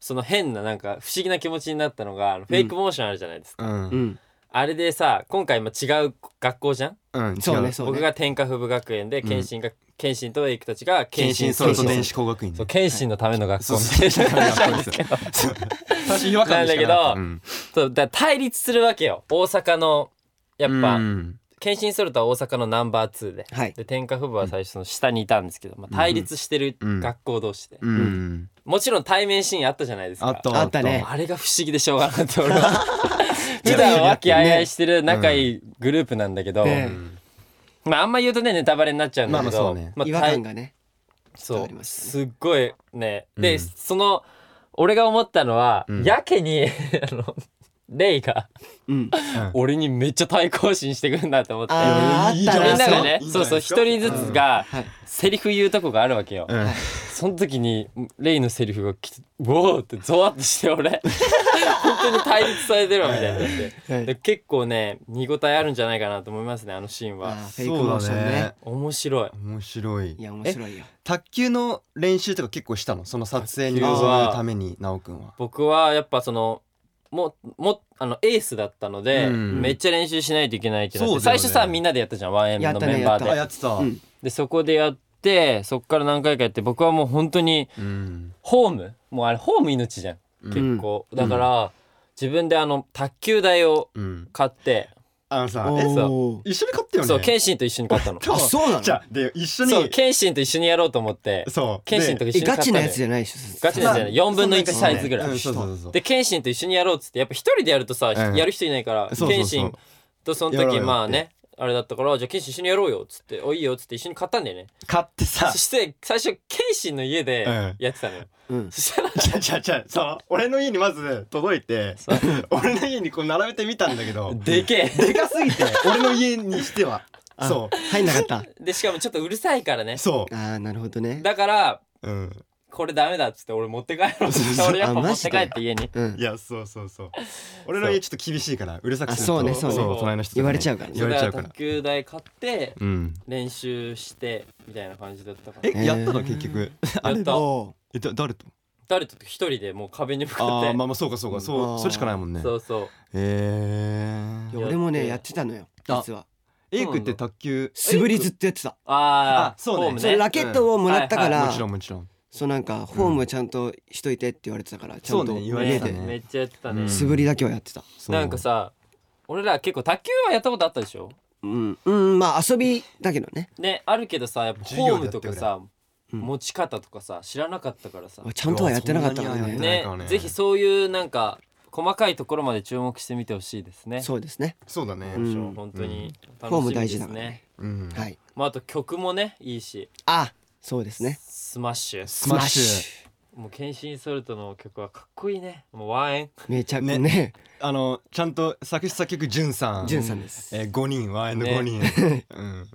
Speaker 2: その変ななんか不思議な気持ちになったのがあのフェイクモーションあるじゃないですか、
Speaker 1: うん
Speaker 3: うん
Speaker 2: あれでさ今回今違う学校じゃん、
Speaker 1: うん
Speaker 3: そう
Speaker 1: 違
Speaker 3: ねそうね
Speaker 2: 僕が天下不武学園で謙信が、謙信とエイクたちが
Speaker 1: 謙信ソ
Speaker 2: そう
Speaker 1: ルト電子工学院
Speaker 2: そ
Speaker 1: ね
Speaker 2: う謙信のための学校
Speaker 1: そう
Speaker 2: み
Speaker 1: そう
Speaker 2: たいな
Speaker 1: そうそう そう私違和感でしかなかった
Speaker 2: なんそうだから対立するわけよ大阪のやっぱ、
Speaker 1: うん
Speaker 2: 謙信ソルトは大阪のナンバー2で
Speaker 3: はい
Speaker 2: で天下不武は最初その下にいたんですけど、まあ、対立してる
Speaker 1: うん
Speaker 2: 学校同士で、
Speaker 1: うんうん
Speaker 2: もちろん対面シーンあったじゃないですか
Speaker 1: あった
Speaker 3: あったね
Speaker 2: あれが不思議でしょう がなくて俺は普段和気あいあいしてる仲いいグループなんだけど、
Speaker 1: う
Speaker 3: ね
Speaker 1: ん
Speaker 2: まああんま言うとねネタバレになっちゃうんだ
Speaker 1: まあ
Speaker 2: け
Speaker 1: まあそ
Speaker 2: ど
Speaker 1: うね
Speaker 2: まあ
Speaker 3: 違和
Speaker 2: たい
Speaker 3: 感がね伝
Speaker 2: そ
Speaker 3: わり
Speaker 2: う
Speaker 3: ました
Speaker 2: すっごいねで、
Speaker 1: うん
Speaker 2: その俺が思ったのは、
Speaker 1: うん
Speaker 2: やけに あのレイが
Speaker 3: うん
Speaker 2: 俺にめっちゃ対抗心してくんなって思ってみん
Speaker 3: あーあっ
Speaker 1: いやいやい
Speaker 3: た
Speaker 1: いじ
Speaker 2: な
Speaker 1: ゃん
Speaker 2: が
Speaker 1: いい
Speaker 2: ね
Speaker 1: じゃない
Speaker 2: そうそ
Speaker 1: で
Speaker 2: う
Speaker 1: す
Speaker 2: 一
Speaker 1: か
Speaker 2: 人ずつが
Speaker 3: はい
Speaker 2: セリフ言うとこがあるわけよ、
Speaker 1: うん
Speaker 2: その時にレイのセリフがきてうおーってゾワッとして 俺本当に対立されてるわみたいになって。
Speaker 3: はい
Speaker 2: で結構ね見応えあるんじゃないかなと思いますねあのシーン
Speaker 3: あ
Speaker 2: は
Speaker 3: ーフェイクモーシ
Speaker 1: そ
Speaker 3: ョン
Speaker 1: うだ
Speaker 3: ね
Speaker 1: ね
Speaker 2: 面白い
Speaker 1: 面白い
Speaker 3: いや面白いよ
Speaker 1: 卓球の練習とか結構したのその撮影に
Speaker 2: 卓
Speaker 1: 臨
Speaker 2: 球は
Speaker 1: むために奈くんは
Speaker 2: 僕はやっぱそのももあのエースだったので、
Speaker 1: うん
Speaker 2: めっちゃ練習しないといけないってなって、
Speaker 1: そうだ
Speaker 2: 最
Speaker 1: よね
Speaker 2: 初さみんなでやったじゃん 1M
Speaker 3: やっ
Speaker 2: の
Speaker 3: たね
Speaker 2: メンバー
Speaker 1: あ
Speaker 2: で、
Speaker 1: やってた
Speaker 3: うん
Speaker 2: でそこでやってそこから何回かやって僕はもう本当に
Speaker 1: うん
Speaker 2: ホームもうあれホーム命じゃん結構、だから、自分であの卓球台を
Speaker 1: うん
Speaker 2: 買って、
Speaker 1: あのさ
Speaker 3: お
Speaker 1: え
Speaker 2: そう
Speaker 3: おー
Speaker 1: 一緒に買ったよね
Speaker 2: そう謙信と一緒に買ったの
Speaker 1: そう
Speaker 3: あそうなの
Speaker 1: じゃあで一緒に
Speaker 2: そう謙信と一緒にやろうと思って
Speaker 1: そう
Speaker 2: 謙信と
Speaker 1: で
Speaker 2: 一
Speaker 3: え
Speaker 2: 緒に買っ
Speaker 3: ガ
Speaker 2: た
Speaker 3: チ
Speaker 2: の
Speaker 3: な
Speaker 2: よ
Speaker 3: やつじゃないでしょそ
Speaker 2: ガチなやつじゃない4分の1
Speaker 1: そう
Speaker 2: サイズぐら
Speaker 1: う
Speaker 2: い
Speaker 1: んそうそうそう
Speaker 2: で謙信と一緒にやろうっつってやっぱ一人でやるとさ、
Speaker 1: うん
Speaker 2: やる人いないから
Speaker 1: そうそうそう
Speaker 2: 謙信とその
Speaker 1: やろう
Speaker 2: 時
Speaker 1: よ
Speaker 2: まあねあれだったからじゃあ謙信一緒にやろうよっつって「おいいよ」っつって一緒に買ったんだよね
Speaker 1: 買ってさ
Speaker 2: そして最初謙信の家で
Speaker 1: うん
Speaker 2: やってた のよ、
Speaker 3: うん
Speaker 2: そしたら
Speaker 1: じゃじゃじゃそう俺の家にまず届いて
Speaker 2: そう
Speaker 1: 俺の家にこう並べてみたんだけど
Speaker 2: でけえ
Speaker 1: でかすぎて俺の家にしては
Speaker 3: あ
Speaker 1: そ
Speaker 3: 入んなかったあ
Speaker 2: でしかもちょっとうるさいからね
Speaker 1: うそ
Speaker 3: ーなるほどね
Speaker 2: だから
Speaker 1: ううん
Speaker 2: これダメだっつって俺持って帰ろうっつって俺やっぱ持
Speaker 3: あマ
Speaker 2: って帰
Speaker 3: ジで
Speaker 2: って家に
Speaker 3: うん
Speaker 1: いやそうそうそう俺の家ちょっと厳しいからうるさくすると
Speaker 3: あそうねそうね
Speaker 1: 隣の人と
Speaker 3: 言われちゃうからね
Speaker 1: 言われちゃうから
Speaker 2: 卓球台買って
Speaker 1: うん
Speaker 2: 練習してみたいな感じだったから
Speaker 1: えやったの結局あ
Speaker 2: や
Speaker 1: れ
Speaker 2: った
Speaker 3: お
Speaker 1: えだ誰と
Speaker 2: 誰と一人でもう壁に向かっ
Speaker 1: あ
Speaker 2: て
Speaker 1: あまあまあそうかそうか
Speaker 3: う
Speaker 1: そ
Speaker 3: ん
Speaker 1: うそれしかないもんね
Speaker 2: そうそう
Speaker 1: ええ
Speaker 3: ーいや俺も
Speaker 2: やっ
Speaker 3: ね
Speaker 2: て
Speaker 3: やってたのよ
Speaker 1: あ
Speaker 3: 実は
Speaker 1: エイクって卓球
Speaker 3: 素振りずっとやってた
Speaker 2: ああ
Speaker 1: あそうね
Speaker 2: ホーム
Speaker 1: え
Speaker 3: そのラケットをもらったか
Speaker 1: も
Speaker 3: ら
Speaker 1: ちろんもちろん
Speaker 3: そうなんかホームちゃんとしといてって言われてたからちゃん
Speaker 1: そ
Speaker 3: と
Speaker 1: うね言われて
Speaker 3: 家
Speaker 1: た
Speaker 3: で
Speaker 1: ね
Speaker 2: めっちゃやってたね、
Speaker 1: うん
Speaker 3: 素振りだけはやってた
Speaker 1: そう
Speaker 2: なんかさ俺ら結構卓球はやったことあったでしょ
Speaker 3: うんうんまあ遊びだけどね
Speaker 2: ねあるけどさやっぱ
Speaker 1: 授業
Speaker 2: ホ
Speaker 1: で
Speaker 2: ームとかさ、
Speaker 3: うん
Speaker 2: 持ち方とかさ知らなかったからさ、
Speaker 3: ちゃんとはやってなかったから
Speaker 1: うわそんなにはやってない
Speaker 2: ね
Speaker 3: ね
Speaker 1: からね
Speaker 2: ぜひそういうなんか細かいところまで注目してみてほしいですね
Speaker 3: そうですね
Speaker 1: そうだね
Speaker 3: うん
Speaker 2: 本当に
Speaker 1: うん
Speaker 2: 楽しみですね、
Speaker 3: フォーム大事だからね
Speaker 1: うん
Speaker 3: はい
Speaker 2: まああと曲もねいいし
Speaker 3: あそうですね
Speaker 2: スマッシュ
Speaker 1: スマッシュ
Speaker 2: もう検診ソルトの曲はかっこいいねもうワンエン
Speaker 3: めちゃく
Speaker 1: ね
Speaker 3: ね
Speaker 1: あのちゃんと作詞作曲じゅんさん
Speaker 3: じゅんさんです、
Speaker 1: えー、5人ワインの
Speaker 2: ね
Speaker 1: 5人、うん、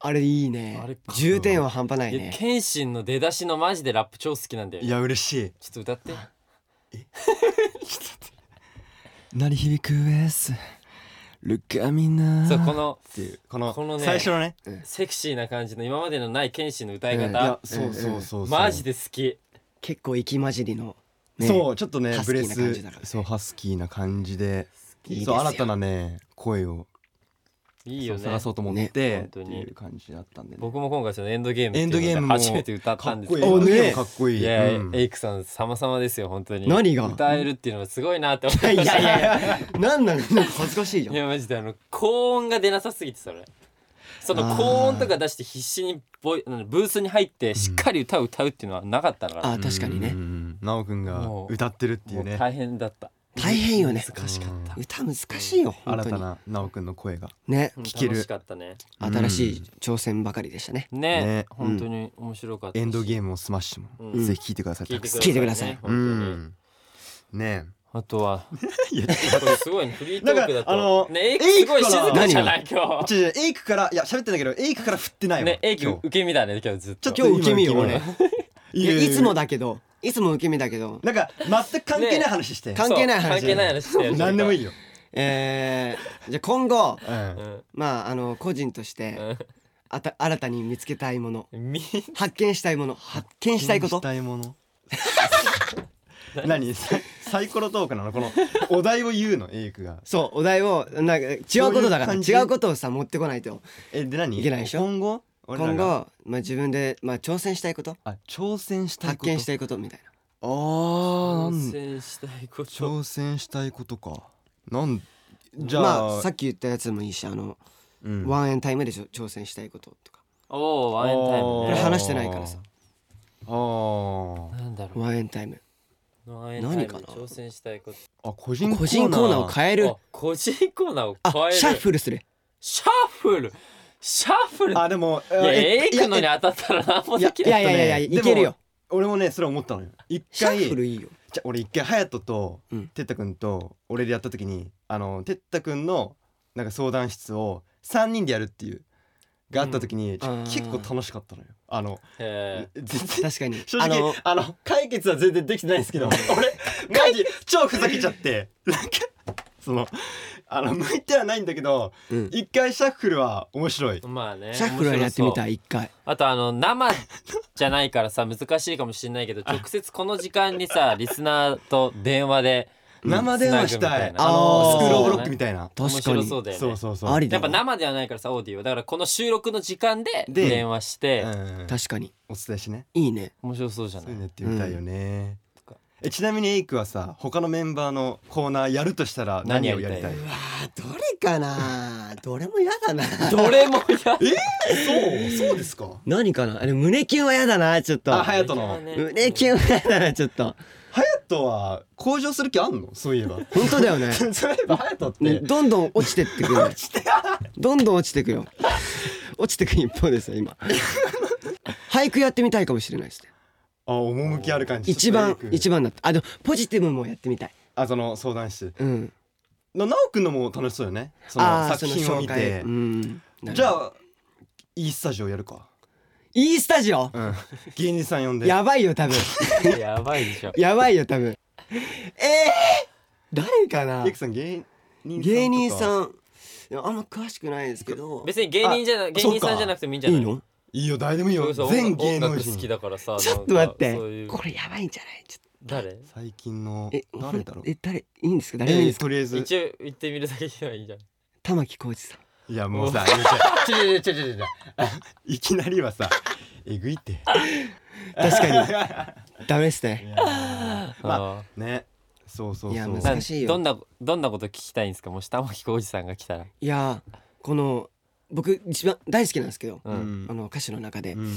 Speaker 3: あれいいね
Speaker 2: あれか
Speaker 3: 重点は半端ない
Speaker 2: いや
Speaker 3: ね
Speaker 2: 検診の出だしのマジでラップ超好きなんだよ
Speaker 1: い
Speaker 2: ね
Speaker 1: や嬉しい
Speaker 2: ちょっと歌って
Speaker 1: 鳴り響くエースルカミナ
Speaker 2: そうこの
Speaker 1: っていうこの
Speaker 2: このね
Speaker 1: 最初のね
Speaker 2: セクシーな感じの今までのない剣士の歌い
Speaker 3: うん
Speaker 1: いや
Speaker 2: 方、
Speaker 1: そうそうそうそう
Speaker 2: マジで好き
Speaker 3: 結構息混じりの、ね、
Speaker 1: そうちょっとね
Speaker 3: ハス
Speaker 1: ブ
Speaker 3: キー
Speaker 1: レ
Speaker 3: な感じ
Speaker 1: ス
Speaker 3: だからね
Speaker 1: そうハスキーな感じで
Speaker 3: キーです
Speaker 1: そ
Speaker 3: よ
Speaker 1: う新たなね声を
Speaker 2: いいよね
Speaker 1: 探そうと思って、
Speaker 3: ね
Speaker 1: っ
Speaker 2: 本
Speaker 1: て
Speaker 2: 当に
Speaker 1: いう感じだったんで、ね、
Speaker 2: 僕も今回そのエンドゲームっていう
Speaker 1: エンドゲームも
Speaker 2: 初めて歌った
Speaker 1: かっ
Speaker 2: んです
Speaker 1: こい
Speaker 2: け
Speaker 1: い
Speaker 2: ど
Speaker 3: おね
Speaker 1: エンドゲームかっこいい
Speaker 2: いや、
Speaker 1: うん
Speaker 2: エイクさん様々ですよ本当に
Speaker 3: 何が
Speaker 2: 歌えるっていうのはすごいなって思っ
Speaker 3: い
Speaker 2: た
Speaker 3: や
Speaker 2: い
Speaker 3: いやい やなんなんなんか恥ずかしいじゃん
Speaker 2: やマジであの高音が出なさすぎてそれその高音とか出して必死にボイなんだブースに入ってしっかり歌を歌うっていうのはなかったから、
Speaker 3: あ確かにね
Speaker 1: うんうんうんなおくんが
Speaker 2: もう
Speaker 1: 歌ってるってい
Speaker 2: も
Speaker 1: う
Speaker 2: う
Speaker 1: ね
Speaker 2: 大変だった
Speaker 3: 大変よね
Speaker 2: 難しかった
Speaker 3: 歌難しいよ本
Speaker 1: 新
Speaker 3: 当
Speaker 1: た
Speaker 3: に
Speaker 1: ななおくんの声が
Speaker 3: ね
Speaker 2: うん
Speaker 1: 聞ける
Speaker 2: 楽しかったね
Speaker 1: うん
Speaker 3: 新しい挑戦ばかりでしたね
Speaker 2: ね
Speaker 1: ね
Speaker 2: 本当に面白かった
Speaker 1: エンドゲ
Speaker 2: ー
Speaker 1: ームもスマッシュも、
Speaker 2: うん
Speaker 1: ぜひ聞いてください
Speaker 2: 聞いてください、ね、
Speaker 3: 聞いてください
Speaker 2: 本当に、
Speaker 1: うんね
Speaker 2: あとは
Speaker 1: えいやちょっ
Speaker 2: これすごいねフリートーク
Speaker 1: な
Speaker 2: だと
Speaker 1: んかあの
Speaker 2: ねエイクすごい静かじゃない今
Speaker 1: と違う違うエイクからいや喋ってんだけどエイクから振ってない
Speaker 2: 日
Speaker 1: わ、
Speaker 2: ねエイク
Speaker 1: 今日
Speaker 2: 受け身だね今日ずっと
Speaker 1: ちょっと
Speaker 3: 今日受け身よ
Speaker 1: 今
Speaker 3: 俺いやいつもだけどいつも受け身だけど
Speaker 1: なんか全く関係ない話して、
Speaker 3: 関係ない話
Speaker 2: そう関係ない話してよ
Speaker 1: 何でもい
Speaker 2: い、
Speaker 1: いよ、
Speaker 3: えー、じゃあ今後
Speaker 1: うん
Speaker 2: うん
Speaker 3: まああの個人としてあた新たに見つけたいもの
Speaker 2: うん、み
Speaker 3: 発見したいもの発見したいこと
Speaker 1: したいもの何ササイコロトークなのこのお題を言うのエイクが
Speaker 3: そうお題をなんか違うことだから
Speaker 1: そういう感じ
Speaker 3: 違うことをさ持ってこないと
Speaker 1: えで何
Speaker 3: いけないでしょ
Speaker 1: 今後俺ら
Speaker 3: 今
Speaker 1: が
Speaker 3: 後、まあ、自分で、まあ、挑戦したいこと
Speaker 1: あ挑戦したい
Speaker 3: 発
Speaker 1: こと
Speaker 3: 見したいことみたい
Speaker 1: あーなん
Speaker 2: 挑戦したいこと
Speaker 1: 挑戦したいことかなんじ
Speaker 3: な
Speaker 1: ゃあ、
Speaker 3: まあさっき言ったやつもいいしあの、
Speaker 1: うん
Speaker 3: ワンエンタイムでしょ挑戦したいこととか
Speaker 2: おおワンエンタイム
Speaker 3: こ
Speaker 1: こ
Speaker 3: れ
Speaker 2: ね
Speaker 3: 話してないからさ
Speaker 1: あー
Speaker 2: なんだろ
Speaker 3: ワンエンタイム
Speaker 2: うワンエンタイム
Speaker 3: 何かな
Speaker 2: 挑戦したいこと
Speaker 1: あ個人
Speaker 3: 個人コーナーを変える
Speaker 2: あ個人コーナーを
Speaker 3: あ
Speaker 2: 変える
Speaker 3: シャッフルする
Speaker 2: シャッフルシャッフル
Speaker 1: あでも
Speaker 2: いや
Speaker 1: え
Speaker 2: エイクのに当たったら何もでき
Speaker 3: い
Speaker 2: ない
Speaker 3: やいやいやいや
Speaker 1: えっと
Speaker 3: いけるよ
Speaker 1: でも俺もねそれ思ったのよ一
Speaker 3: シャ
Speaker 1: 回
Speaker 3: ッフルいいよ
Speaker 1: じゃ俺一回隼人と
Speaker 3: うん
Speaker 1: 哲太くんと俺でやった時にあの哲太くんのなんか相談室を三人でやるっていうがあった時に、ちょ
Speaker 3: あー
Speaker 1: 結構楽しかったのよあの
Speaker 2: へー
Speaker 1: 全然
Speaker 3: 確かに
Speaker 1: 正
Speaker 3: あ
Speaker 1: 直
Speaker 3: の
Speaker 1: あの解決は全然できてないんですけど俺マジ超ふざけちゃってなんかそのあの向いてはないんだけど
Speaker 3: うん
Speaker 1: 一回シャッフルは面白い
Speaker 2: まあね
Speaker 3: シャッフルはやってみたい一回
Speaker 2: あとあの生じゃないからさ難しいかもしれないけど直接この時間にさリスナーと電話で
Speaker 1: 生電話したい
Speaker 2: うん
Speaker 1: あの
Speaker 3: あー
Speaker 1: スクローブロックみたいな
Speaker 2: 面
Speaker 3: 確か
Speaker 2: 白
Speaker 3: に
Speaker 2: そうだよね
Speaker 1: そうそうそう
Speaker 3: ありだ
Speaker 2: やっぱ
Speaker 3: わ
Speaker 2: 生ではないからさオーディオだからこの収録の時間で
Speaker 1: で
Speaker 2: 電話して
Speaker 1: うん
Speaker 3: 確かに
Speaker 1: お伝えしね
Speaker 3: いいね
Speaker 2: 面白そうじゃ
Speaker 1: そうい
Speaker 2: ないう
Speaker 1: のやってみたいよね
Speaker 2: うん。
Speaker 1: えちなみにエイクはさ他のメンバーのコーナーやるとしたら何をやりたい？
Speaker 2: 何
Speaker 3: うわーどれかなどれも嫌だな
Speaker 2: どれもやっ
Speaker 1: えそうそうですか？
Speaker 3: 何かなあれ胸キュンは嫌だなちょっと
Speaker 1: あ隼人の
Speaker 3: 胸キュンは嫌だなちょっと
Speaker 1: 隼人は向上する気あんの？そういえば。
Speaker 3: 本当だよね
Speaker 1: そういえば隼人
Speaker 3: ね
Speaker 1: って
Speaker 3: どんどん落ちてってくよどんどん落ちてくよ落ちてく一方ですよ今俳句やってみたいかもしれないですね
Speaker 1: あ趣ある感じ。
Speaker 3: 一番
Speaker 1: ちょっとエイク
Speaker 3: 一番だったあでもポジティブもやってみたい
Speaker 1: あその相談室。
Speaker 3: うん
Speaker 1: ななおくんのも楽しそうよね。そ
Speaker 3: あ
Speaker 1: の
Speaker 3: ー
Speaker 1: 作品を見て
Speaker 3: その。紹介うん
Speaker 1: じゃ
Speaker 3: あ
Speaker 1: あいいスタジオやるか。
Speaker 3: いいスタジオ
Speaker 1: うん。芸人さん呼んで。
Speaker 3: やばいよ多分
Speaker 2: やばいでしょ
Speaker 3: やばいよ多分えー、誰かな
Speaker 1: エイクさん芸人さん
Speaker 3: 芸人
Speaker 1: ん。
Speaker 3: さんいやあんま詳しくないですけど
Speaker 2: 別に芸人じゃな芸
Speaker 1: そっか
Speaker 2: 人さんじゃなくてもいいんじゃ
Speaker 3: い
Speaker 2: ない
Speaker 3: いの
Speaker 1: いいよ誰でもいいよ。全芸能
Speaker 2: 音楽好き
Speaker 1: 人。
Speaker 2: だからさ
Speaker 3: ちょっと待
Speaker 2: な
Speaker 3: っ
Speaker 2: ん
Speaker 3: て
Speaker 2: かそういう
Speaker 3: これやばいんじゃないちょっ
Speaker 2: 誰
Speaker 1: 最近の
Speaker 3: とえ
Speaker 1: 誰だろう？
Speaker 3: え誰いいんですか誰でもいいん
Speaker 1: え
Speaker 3: ですか
Speaker 1: とりあえず
Speaker 2: 一応言ってみるだけではいいじゃん
Speaker 3: 玉置浩二さん
Speaker 1: いやもうさ
Speaker 2: ちょちょちょちょちょ
Speaker 1: いきなりはさえぐいってい
Speaker 3: 確か にダメですね
Speaker 1: やーま
Speaker 2: あー
Speaker 1: あねそうそう
Speaker 3: いや
Speaker 1: そ
Speaker 3: む
Speaker 1: う
Speaker 3: ず難しいよ
Speaker 2: どんなどんなこと聞きたいんですかもし玉置浩二さんが来たら、
Speaker 3: いやーこの僕一番大好きなんですけど、
Speaker 2: う、
Speaker 1: うん
Speaker 3: あ
Speaker 1: ん
Speaker 3: の歌詞の中で、
Speaker 1: う
Speaker 3: い
Speaker 1: ん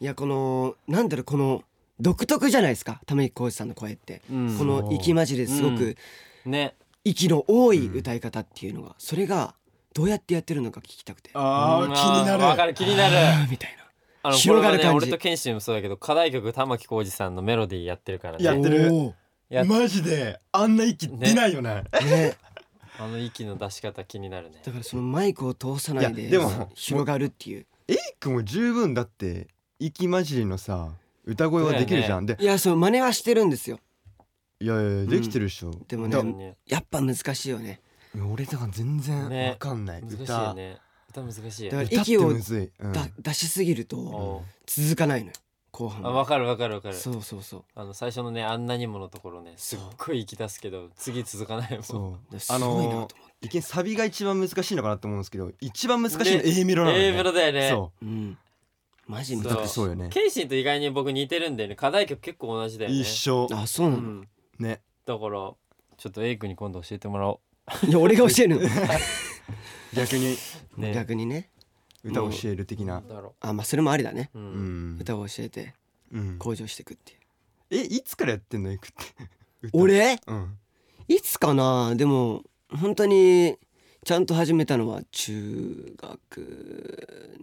Speaker 3: やこのなんだろうこの独特じゃないですか玉置浩二さんの声って、
Speaker 2: うん
Speaker 3: この息混じりですご
Speaker 2: う
Speaker 3: く
Speaker 2: んね
Speaker 3: 息の多い歌い方っていうのが、それがどうやってやってるのか聞きたくてあ
Speaker 1: あ
Speaker 2: うん
Speaker 1: ー気になる
Speaker 2: わかる気になる
Speaker 3: ーみたいな
Speaker 2: あの
Speaker 3: 広がる
Speaker 2: これはね
Speaker 3: 感じ
Speaker 2: 俺と健信もそうだけど課題曲玉置浩二さんのメロディーやってるからね
Speaker 1: やってる
Speaker 3: お
Speaker 2: や
Speaker 1: マジであんな息出ないよね
Speaker 3: ーね
Speaker 2: あの息の出し方気になるね
Speaker 3: だからそのマイクを通さないで
Speaker 1: いやでも
Speaker 3: 広がるっていう
Speaker 1: エイクも十分だって息混じりのさ歌声はできるじゃん、
Speaker 3: いやそう真似はしてるんですよ
Speaker 1: でいやいやいやできてるでしょ、
Speaker 3: でもね
Speaker 1: だ
Speaker 3: ん
Speaker 2: ね
Speaker 3: やっぱ難しいよね
Speaker 1: いや俺だから全然
Speaker 2: ね
Speaker 1: わかんない、
Speaker 2: 難しい
Speaker 1: 歌
Speaker 2: よね歌難しいよ
Speaker 3: だから
Speaker 1: 歌ってむずい、うん
Speaker 3: だ出しすぎると
Speaker 2: おう
Speaker 3: 続かないのよ後半
Speaker 2: あ
Speaker 3: は
Speaker 2: 分かる分かる分かる
Speaker 3: そうそうそう
Speaker 2: あの最初のねあんなにものところねすっごい息出すけど次続かないもん
Speaker 1: そう
Speaker 3: す
Speaker 1: あ
Speaker 3: ごいなと思って、
Speaker 1: のー、一見サビが一番難しいのかなと思うんですけど一番難しいの A メロなの
Speaker 2: A
Speaker 1: ね
Speaker 2: メロだよね
Speaker 1: そ
Speaker 3: うんマジ
Speaker 1: う
Speaker 2: そう
Speaker 1: だっ
Speaker 3: 難
Speaker 1: て
Speaker 3: しい
Speaker 1: そうよね
Speaker 2: ケイシンと意外に僕似てるんだよね課題曲結構同じだよね
Speaker 1: 一緒
Speaker 3: あそう
Speaker 2: う
Speaker 3: なの、
Speaker 2: ん
Speaker 1: ね
Speaker 2: だからちょっとエイクに今度教えてもらお
Speaker 3: いや俺が教え るの、
Speaker 1: 逆に
Speaker 2: うね
Speaker 3: 逆にね
Speaker 1: 歌を教える的な
Speaker 2: だろ
Speaker 3: あまあそれもありだね、
Speaker 2: うう
Speaker 1: うんん、
Speaker 3: 歌を教えて
Speaker 1: うん、
Speaker 3: 向上していくっていう
Speaker 1: えいつからやってんのエイクって歌
Speaker 3: 俺
Speaker 1: うん
Speaker 3: いつかなでも本当にちゃんと始めたのは中学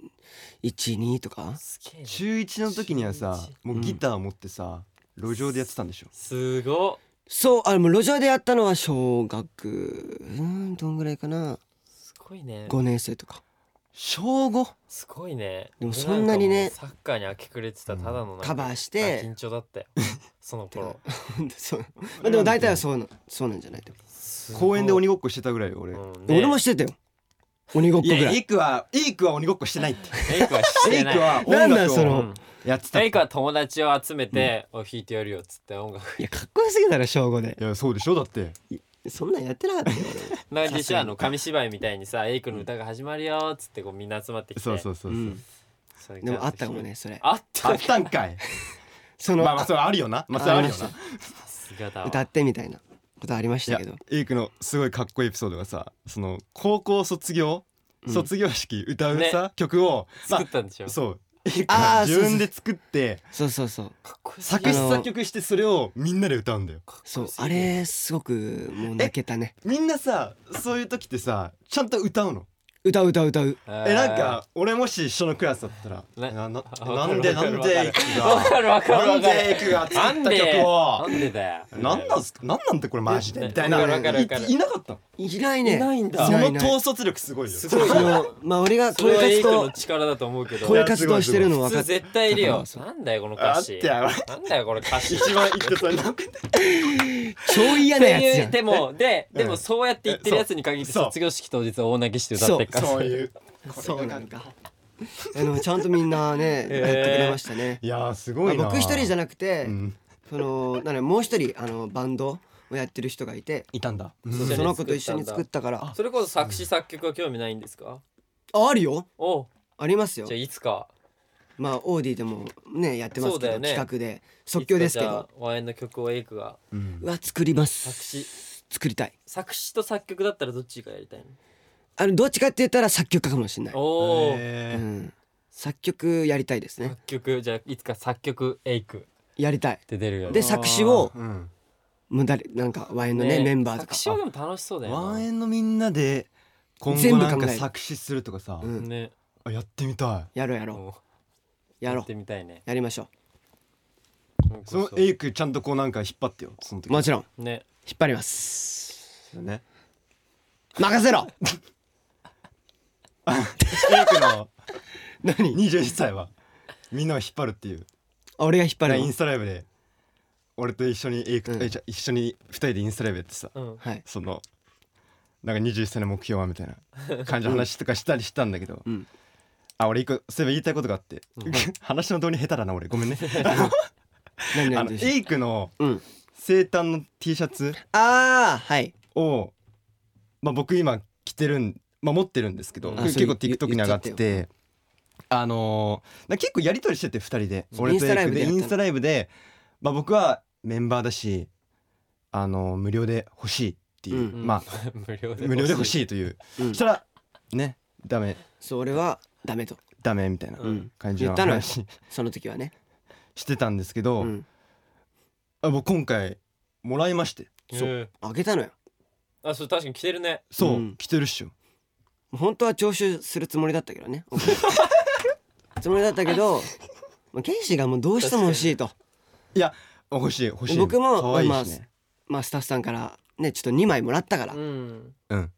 Speaker 3: 12とか
Speaker 2: すげえな
Speaker 1: 中1の時にはさもうギター持ってさ、路上でやってたんでしょ
Speaker 2: すごっ
Speaker 3: そうあもう路上でやったのは小学うんどんぐらいかな
Speaker 2: すごいね
Speaker 3: 5年生とか
Speaker 1: 小5
Speaker 2: すごいね
Speaker 3: でも
Speaker 2: 俺
Speaker 3: そんなにね
Speaker 2: んかもうサッカーに明け暮れてたただのなんか
Speaker 3: カバーして
Speaker 2: ガキンチョだったよその頃
Speaker 3: そう、まあ、でも大体はそうなそうなんじゃないと、
Speaker 1: 公園で鬼
Speaker 2: ご
Speaker 1: ごっこしてたぐらいよ俺、
Speaker 3: 俺もしてたよ鬼ごっこ
Speaker 1: い
Speaker 3: ぐ
Speaker 1: や
Speaker 3: ら
Speaker 1: エ
Speaker 3: い
Speaker 1: イクはエイクは鬼ごっこしてないって
Speaker 2: エイクはして
Speaker 1: エイ
Speaker 2: な
Speaker 1: ク
Speaker 2: い
Speaker 1: は音
Speaker 3: なんだそ
Speaker 1: 楽
Speaker 3: の
Speaker 1: を
Speaker 2: うん
Speaker 1: やってた
Speaker 2: エイクは友達を集めて「お弾いてやるよ」っつって音楽
Speaker 3: いやかっこよすぎたら小5で
Speaker 1: いやそうでしょだって
Speaker 3: そんなんやってなかったよ
Speaker 2: なんでしょあの紙芝居みたいにさエイクの歌が始まるよっつってこうみんな集まってきて
Speaker 1: そうそううそうそう、
Speaker 3: 俺、うん、
Speaker 2: それ
Speaker 3: でもあったかもねそれ
Speaker 2: あっ
Speaker 1: あ
Speaker 2: た
Speaker 1: ったんかい
Speaker 3: その、
Speaker 1: まあまあそれあるよなまあそれあるよな
Speaker 2: さすがだわ
Speaker 3: 歌ってみたいなことありまし
Speaker 1: い
Speaker 3: た
Speaker 1: や
Speaker 3: けど
Speaker 1: エイクのすごいかっこいいエピソードがさその高校卒業
Speaker 3: うん
Speaker 1: 卒業式歌うさ、
Speaker 2: ね
Speaker 1: 曲を、ま
Speaker 2: 作ったんでしょ
Speaker 1: あ、そうエイク
Speaker 3: あ
Speaker 1: が
Speaker 3: ー
Speaker 1: 自分で作って
Speaker 3: そうそうそう
Speaker 2: かっこいい
Speaker 1: 作詞作曲してそれをみんなで歌うんだよ
Speaker 3: そうあれすごくもう泣けたね
Speaker 1: みんなさそういう時ってさちゃんと歌うの
Speaker 3: 歌う歌う歌う
Speaker 1: えなんか俺もし一緒のクラスだったら「
Speaker 2: ね
Speaker 1: なな
Speaker 2: あわ
Speaker 1: な
Speaker 2: か
Speaker 1: ん
Speaker 2: る
Speaker 1: で
Speaker 2: わ
Speaker 1: な
Speaker 2: かる
Speaker 1: んでエイク
Speaker 2: わかるわか
Speaker 1: が
Speaker 2: る
Speaker 1: な
Speaker 2: わ
Speaker 1: ん
Speaker 2: か
Speaker 1: でエ
Speaker 2: る
Speaker 1: イクが
Speaker 2: な
Speaker 1: 作
Speaker 2: ん
Speaker 1: った
Speaker 2: で
Speaker 1: 曲を
Speaker 2: なんでだよ
Speaker 1: なんなんすかなんなんてこれマジで」みたい
Speaker 2: わ
Speaker 1: な
Speaker 2: かるわかるわかる
Speaker 1: いいなかったの
Speaker 3: いないね
Speaker 2: いないんだ
Speaker 1: その
Speaker 3: いない
Speaker 1: 統率力すごいよ
Speaker 2: す
Speaker 3: そ
Speaker 2: ごい
Speaker 3: のまあ俺が
Speaker 2: それ
Speaker 3: 声
Speaker 2: はエ
Speaker 3: 活
Speaker 2: イクの
Speaker 3: 動
Speaker 2: 力だと思うけど
Speaker 1: これ
Speaker 3: 声活動してるの
Speaker 2: 普
Speaker 3: 分
Speaker 2: 通
Speaker 3: かって
Speaker 2: 絶対いる
Speaker 3: だか
Speaker 2: よ
Speaker 3: らそう
Speaker 2: なんだよこの歌詞
Speaker 1: あってやばい
Speaker 2: なんだよこれ歌詞
Speaker 1: 一番言ってたなんか
Speaker 3: 超嫌
Speaker 2: っ
Speaker 3: な
Speaker 2: ていう
Speaker 3: やつ
Speaker 2: でもで
Speaker 1: うん
Speaker 2: でもそうやって言ってるやつに限って
Speaker 1: そう
Speaker 2: 卒業式当日大泣きして歌ってっから
Speaker 1: そういう
Speaker 3: そうなんかやんあのちゃんとみんなね
Speaker 2: えー
Speaker 3: やってくれましたね
Speaker 1: いやーす
Speaker 3: ま
Speaker 1: ご
Speaker 3: あ
Speaker 1: いな
Speaker 3: 僕一人じゃ
Speaker 1: な
Speaker 3: なくて
Speaker 1: うん
Speaker 3: そのなんだろうもう一人あのバンドをやってる人がいて
Speaker 1: いたんだ
Speaker 2: ん
Speaker 3: その子と一緒に作ったから
Speaker 2: それこそ作詞作曲は興味ないんですか
Speaker 3: ああるよ
Speaker 2: おう
Speaker 3: ありますよ
Speaker 2: じゃあいつか
Speaker 3: まあオーディでもねやってま
Speaker 2: そ
Speaker 3: すけど
Speaker 2: うだよね
Speaker 3: 企画で即興ですけ
Speaker 2: いつか
Speaker 3: ど
Speaker 2: じゃあワインの曲をエイクが
Speaker 1: うん
Speaker 3: うわ作りま
Speaker 2: 作
Speaker 3: す
Speaker 2: 詞
Speaker 3: 作りたい
Speaker 2: 作詞と作曲だったらどっちがやりたい
Speaker 3: あのどっちかって言ったら作曲家かもしれない
Speaker 2: の。おお、
Speaker 1: へー
Speaker 3: うん、作曲やりたいですね
Speaker 2: 作曲じゃあいつか作曲エイクっ
Speaker 3: やりたい
Speaker 2: て出るよ
Speaker 3: で作詞を
Speaker 1: うん
Speaker 3: 無駄になんかワインのねメンバーと
Speaker 2: 作詞は
Speaker 3: か
Speaker 2: でも楽しそうだよな
Speaker 1: ワンエンのみんなで今後
Speaker 3: 全部考え
Speaker 1: な
Speaker 3: る
Speaker 1: んか作詞するとかさ
Speaker 3: うん
Speaker 2: ね
Speaker 1: あやってみた
Speaker 3: やろうやろ
Speaker 2: も
Speaker 3: うやろ
Speaker 2: っ
Speaker 3: う
Speaker 2: てみたいね
Speaker 3: やりましょ
Speaker 1: いそのエイクちゃんとこうなんか引っ張ってよその
Speaker 3: う
Speaker 1: 時
Speaker 3: もちろん
Speaker 2: ね
Speaker 3: 引っ張ります
Speaker 1: ろんね
Speaker 3: 任せろ
Speaker 1: エイクの
Speaker 3: 何
Speaker 1: 21歳はみんなを引っ張るっていう
Speaker 3: あ俺が引っ張る
Speaker 1: イン
Speaker 3: の
Speaker 1: スタライブで俺と一緒にエイク
Speaker 3: うん
Speaker 1: とえじゃあ一緒に二人でインスタライブやってさ
Speaker 2: うん
Speaker 3: はい
Speaker 1: そのなんか21歳の目標はみたいな感じの話とかしたりしたんだけど
Speaker 3: うん
Speaker 1: あ俺一個そういえば言いたいことがあって、 話の導入下手だな俺ごめんね
Speaker 3: 何
Speaker 1: あ
Speaker 3: 何
Speaker 1: の
Speaker 3: どうしよ
Speaker 1: エイクの
Speaker 3: ううん
Speaker 1: 生誕の T シャツ
Speaker 3: ああはい
Speaker 1: を、まあ、僕今着てるん、まあ、持ってるんですけど
Speaker 2: うん
Speaker 1: これ
Speaker 3: あそ
Speaker 1: 結
Speaker 3: れ
Speaker 1: 構 TikTok に上がって
Speaker 3: 言って
Speaker 1: てあのーなんか結構やり取りしてて2人で
Speaker 2: うん
Speaker 1: 俺とエイクで
Speaker 3: イ
Speaker 1: イ
Speaker 3: ン
Speaker 1: ン
Speaker 3: ス
Speaker 1: ス
Speaker 3: タ
Speaker 1: タライブで、まあ、僕はメンバーだし、あのー無料で欲しいっていう、
Speaker 3: う
Speaker 1: まあ
Speaker 2: あ 無料で
Speaker 1: 無料で欲
Speaker 2: い
Speaker 1: しいという、
Speaker 3: うん
Speaker 1: そしたらねダメ
Speaker 3: そう俺はダメと
Speaker 1: ダメみたいな
Speaker 2: うん
Speaker 1: 感じの
Speaker 3: 言ったのよ
Speaker 1: 話
Speaker 3: その時はね
Speaker 1: してたんですけど、
Speaker 3: うん
Speaker 1: あ僕今回もらいまして
Speaker 2: うん
Speaker 1: そう
Speaker 2: え
Speaker 3: あげたのよ
Speaker 2: ーあそう確かに着てるね
Speaker 1: そう、
Speaker 3: うん
Speaker 1: 着てるっしょ
Speaker 3: 本当は徴収するつもりだったけどねそつもりだったけどまあケイシーがもうどうしても欲しいと
Speaker 1: いや欲しい欲しい
Speaker 3: 僕も
Speaker 1: 可愛い
Speaker 3: まあ
Speaker 1: しね
Speaker 3: まあスタッフさんからねちょっと2枚もらったから
Speaker 2: うん
Speaker 1: うん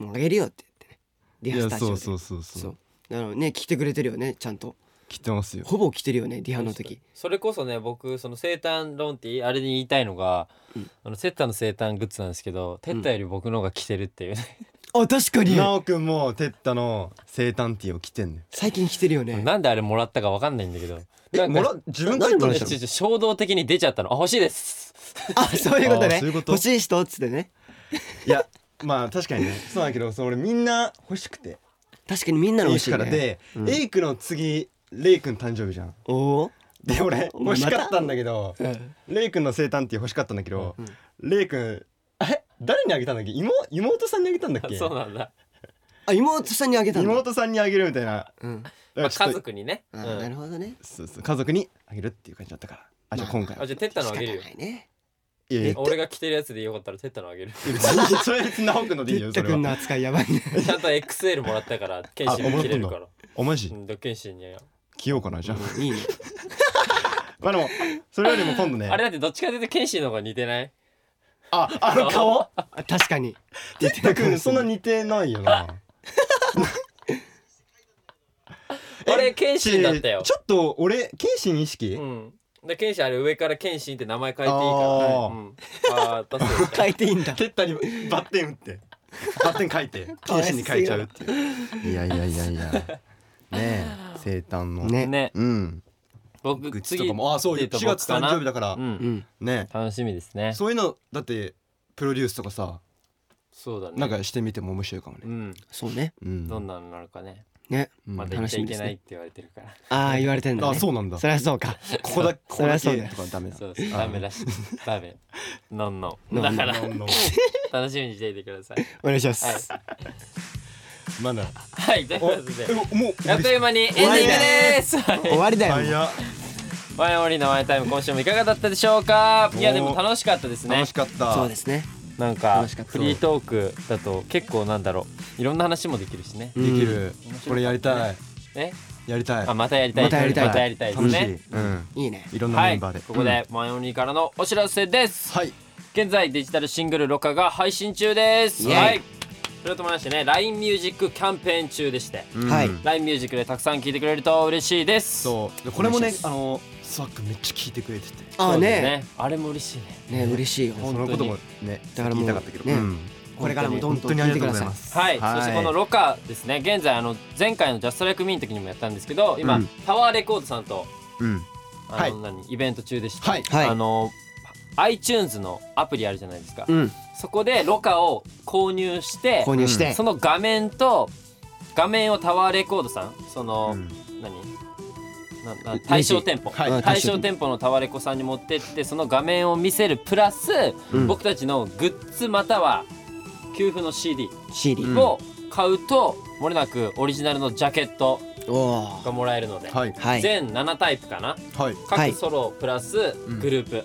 Speaker 3: もうあげるよって
Speaker 1: い
Speaker 3: 言ってねリハ
Speaker 1: や
Speaker 3: スタジオ
Speaker 1: そ
Speaker 3: で
Speaker 1: うそうそうそ
Speaker 3: そううあのね聞いてくれてるよねちゃんと
Speaker 1: 切ってますよ
Speaker 3: ほぼ来てるよねリハの時
Speaker 2: それこそね僕その生誕ロンティあれに言いたいのが、
Speaker 3: うん
Speaker 2: あのセッタの生誕グッズなんですけどテッタより僕の方が着てるっていうね、
Speaker 3: あ確か
Speaker 1: なおくんもテッタの生誕ティーを着てんね
Speaker 3: 最近来てるよね
Speaker 2: なんであれもらったかわかんないんだけど
Speaker 1: え
Speaker 2: なんか
Speaker 1: もら自分から言ったんで
Speaker 2: え
Speaker 1: しょ
Speaker 2: ちょちょ衝動的に出ちゃったのあ欲しいです
Speaker 3: あそういうこと
Speaker 1: あ
Speaker 3: ね
Speaker 1: そういうこと
Speaker 3: 欲しい人っつってね
Speaker 1: いやまあ確かにねそうだけどその俺みんな欲しくて
Speaker 3: 確かにみんなの
Speaker 1: エ
Speaker 3: 欲
Speaker 1: イ
Speaker 3: し
Speaker 1: ク
Speaker 3: い
Speaker 1: から
Speaker 3: ね
Speaker 1: で、
Speaker 3: うん
Speaker 1: エイクの次レイくん誕生日じゃん
Speaker 3: おお
Speaker 1: で俺
Speaker 3: お
Speaker 1: 欲
Speaker 3: 前
Speaker 1: し
Speaker 3: また
Speaker 1: かったんだけどレイくんの生誕って欲しかったんだけど、レイくんあれ誰にあげたんだっけ妹妹さんにあげたんだっけ
Speaker 2: そうなんだ、
Speaker 3: あ妹さんにあげたんだ
Speaker 1: 妹さんにあげるみたいな
Speaker 3: うん
Speaker 1: だか
Speaker 2: ま
Speaker 1: ら
Speaker 2: あ、
Speaker 1: ちょっ
Speaker 2: 家
Speaker 1: と
Speaker 2: 族にね、
Speaker 3: あ
Speaker 2: うん
Speaker 3: ーなるほどね
Speaker 1: そうそう家族にあげるっていう感じだったからあじゃあ今回、
Speaker 2: あじゃあテッタのあげるよ
Speaker 3: 仕方ないね
Speaker 1: いやいや
Speaker 2: 俺が着てるやつでよかったらテッタの あげる
Speaker 1: 別にそれ別に直くんのでいい
Speaker 3: 哲
Speaker 1: よそ
Speaker 3: 太
Speaker 1: れ
Speaker 3: くん
Speaker 1: は
Speaker 3: の扱いやばいね
Speaker 2: ちゃんと XL もらったからケンシ
Speaker 1: あ
Speaker 2: ンも着れるか
Speaker 1: も
Speaker 2: ら
Speaker 1: おマ
Speaker 2: う
Speaker 1: ジ
Speaker 2: んでケンシンに
Speaker 1: 着ようかなじゃあ
Speaker 3: いいね
Speaker 1: まあでもそれよりも今度ね
Speaker 2: あれだってどっちかというとケンシンの方が似てない
Speaker 1: ああの顔
Speaker 3: あ確かに
Speaker 1: てったくんそんな似てないよなえ
Speaker 2: あれケンシンだったよ
Speaker 1: ちょっと俺謙信意識、
Speaker 2: うんでケンシンあれ上からケンシンって名前変えていいから
Speaker 1: あー
Speaker 2: うんあー出せよ
Speaker 3: 変えていいんだ
Speaker 1: てったにバッテン打ってバッテン書いて謙信に書いちゃうっていういやいやいやいやねえ生誕の
Speaker 3: ね
Speaker 2: ね
Speaker 1: うん
Speaker 2: 僕
Speaker 1: 口と
Speaker 2: 次
Speaker 1: かもあそういう
Speaker 2: デート
Speaker 1: 4月
Speaker 2: 僕か
Speaker 1: 誕
Speaker 2: な
Speaker 1: 生日だから、
Speaker 2: うん
Speaker 3: うん
Speaker 1: ね
Speaker 2: 楽しみですね
Speaker 1: そういうのだってプロデュースとかさ
Speaker 2: そうだね
Speaker 1: なんかしてみても面白いかもね
Speaker 2: う、ん
Speaker 3: そうね
Speaker 1: うん
Speaker 2: どんなのなるかね
Speaker 3: ね
Speaker 1: うん
Speaker 2: まだ言っちゃいけないって言われてるから
Speaker 3: ああ言われてんだ
Speaker 1: あ
Speaker 3: ね
Speaker 1: そうなんだ
Speaker 3: そりゃそうか
Speaker 1: ここだここだ
Speaker 3: そりゃそう
Speaker 1: けとか
Speaker 3: だよ
Speaker 1: ダメだ
Speaker 2: そうそうダメらしいダメノンノン
Speaker 3: ノンノ
Speaker 2: だ
Speaker 3: ン
Speaker 2: から
Speaker 1: あの
Speaker 2: 楽しみにしていてくだ さい
Speaker 3: お願いしま
Speaker 2: はい
Speaker 3: す
Speaker 1: まだ
Speaker 2: はいという
Speaker 1: お
Speaker 2: ことで
Speaker 1: えもう
Speaker 2: あっという間にエンディングです
Speaker 3: 終わりだよもう
Speaker 1: 早っ
Speaker 2: ワインオンリーのワインタイム今週もいかがだったでしょうか
Speaker 1: おー
Speaker 2: いやでも楽しかったですね
Speaker 1: 楽しかった
Speaker 3: そうですね
Speaker 2: なんか
Speaker 3: 楽しかった
Speaker 2: フリートークだと結構なんだろういろんな話もできるしね
Speaker 1: できる
Speaker 2: 面白かった
Speaker 1: これやりたい
Speaker 2: え
Speaker 1: やりたい
Speaker 2: あまたやりたい
Speaker 3: またやりたい
Speaker 2: またやりたいです
Speaker 1: 楽しい
Speaker 2: ね
Speaker 1: うん
Speaker 3: いいね
Speaker 1: いろんな
Speaker 2: は
Speaker 1: メ
Speaker 2: い
Speaker 1: ンバー
Speaker 2: こ
Speaker 1: で
Speaker 2: こでワインオンリーからのお知らせです
Speaker 1: はい
Speaker 2: 現在デジタルシングル「ロカ」が配信中です
Speaker 3: イエイ
Speaker 2: はいそれともましてね LINE ミュージックキャンペーン中でして
Speaker 3: はい
Speaker 1: うん
Speaker 2: LINE ミュージックでたくさん聴いてくれると嬉しいです
Speaker 1: そうでこれもね
Speaker 3: お願いし
Speaker 1: あのスワックめっちゃ聞いてくれてて
Speaker 3: ああ
Speaker 2: そうです
Speaker 3: ね
Speaker 2: あれも嬉しいね
Speaker 3: ね嬉しいよ
Speaker 1: そのこともね
Speaker 3: だからも
Speaker 1: 聞
Speaker 3: う
Speaker 1: いたかったけど
Speaker 3: ね
Speaker 1: うん
Speaker 3: これからもどん
Speaker 1: 本
Speaker 3: ど
Speaker 1: 当
Speaker 3: ん
Speaker 1: にあ
Speaker 3: 聞い
Speaker 1: り
Speaker 3: て
Speaker 1: がと
Speaker 3: く
Speaker 1: う
Speaker 3: だ
Speaker 1: ござい
Speaker 3: さ
Speaker 1: ま
Speaker 3: い
Speaker 1: す
Speaker 2: はい、そしてこのロカですね現在あの前回のジャストライクミーの時にもやったんですけど今、
Speaker 1: うん
Speaker 2: タワーレコードさんと
Speaker 1: うん
Speaker 2: あの、
Speaker 1: はい
Speaker 2: 何イベント中でして、
Speaker 1: はい
Speaker 3: はい
Speaker 2: あの iTunes のアプリあるじゃないですか、
Speaker 3: うん
Speaker 2: そこでロカを購入して
Speaker 3: 購入して
Speaker 2: その画面と画面をタワーレコードさんその、
Speaker 1: うん
Speaker 2: 何なな対象店舗、
Speaker 1: はい
Speaker 3: うん
Speaker 2: 対象店舗のタワレコさんに持ってってその画面を見せるプラス、
Speaker 3: うん
Speaker 2: 僕たちのグッズまたは給付の CD
Speaker 3: シ d
Speaker 2: を買うと、もれなくオリジナルのジャケット
Speaker 3: おお
Speaker 2: がもらえるので、
Speaker 1: はい
Speaker 3: はい
Speaker 2: 全7タイプかな
Speaker 1: はい
Speaker 2: 各ソロプラスグループ、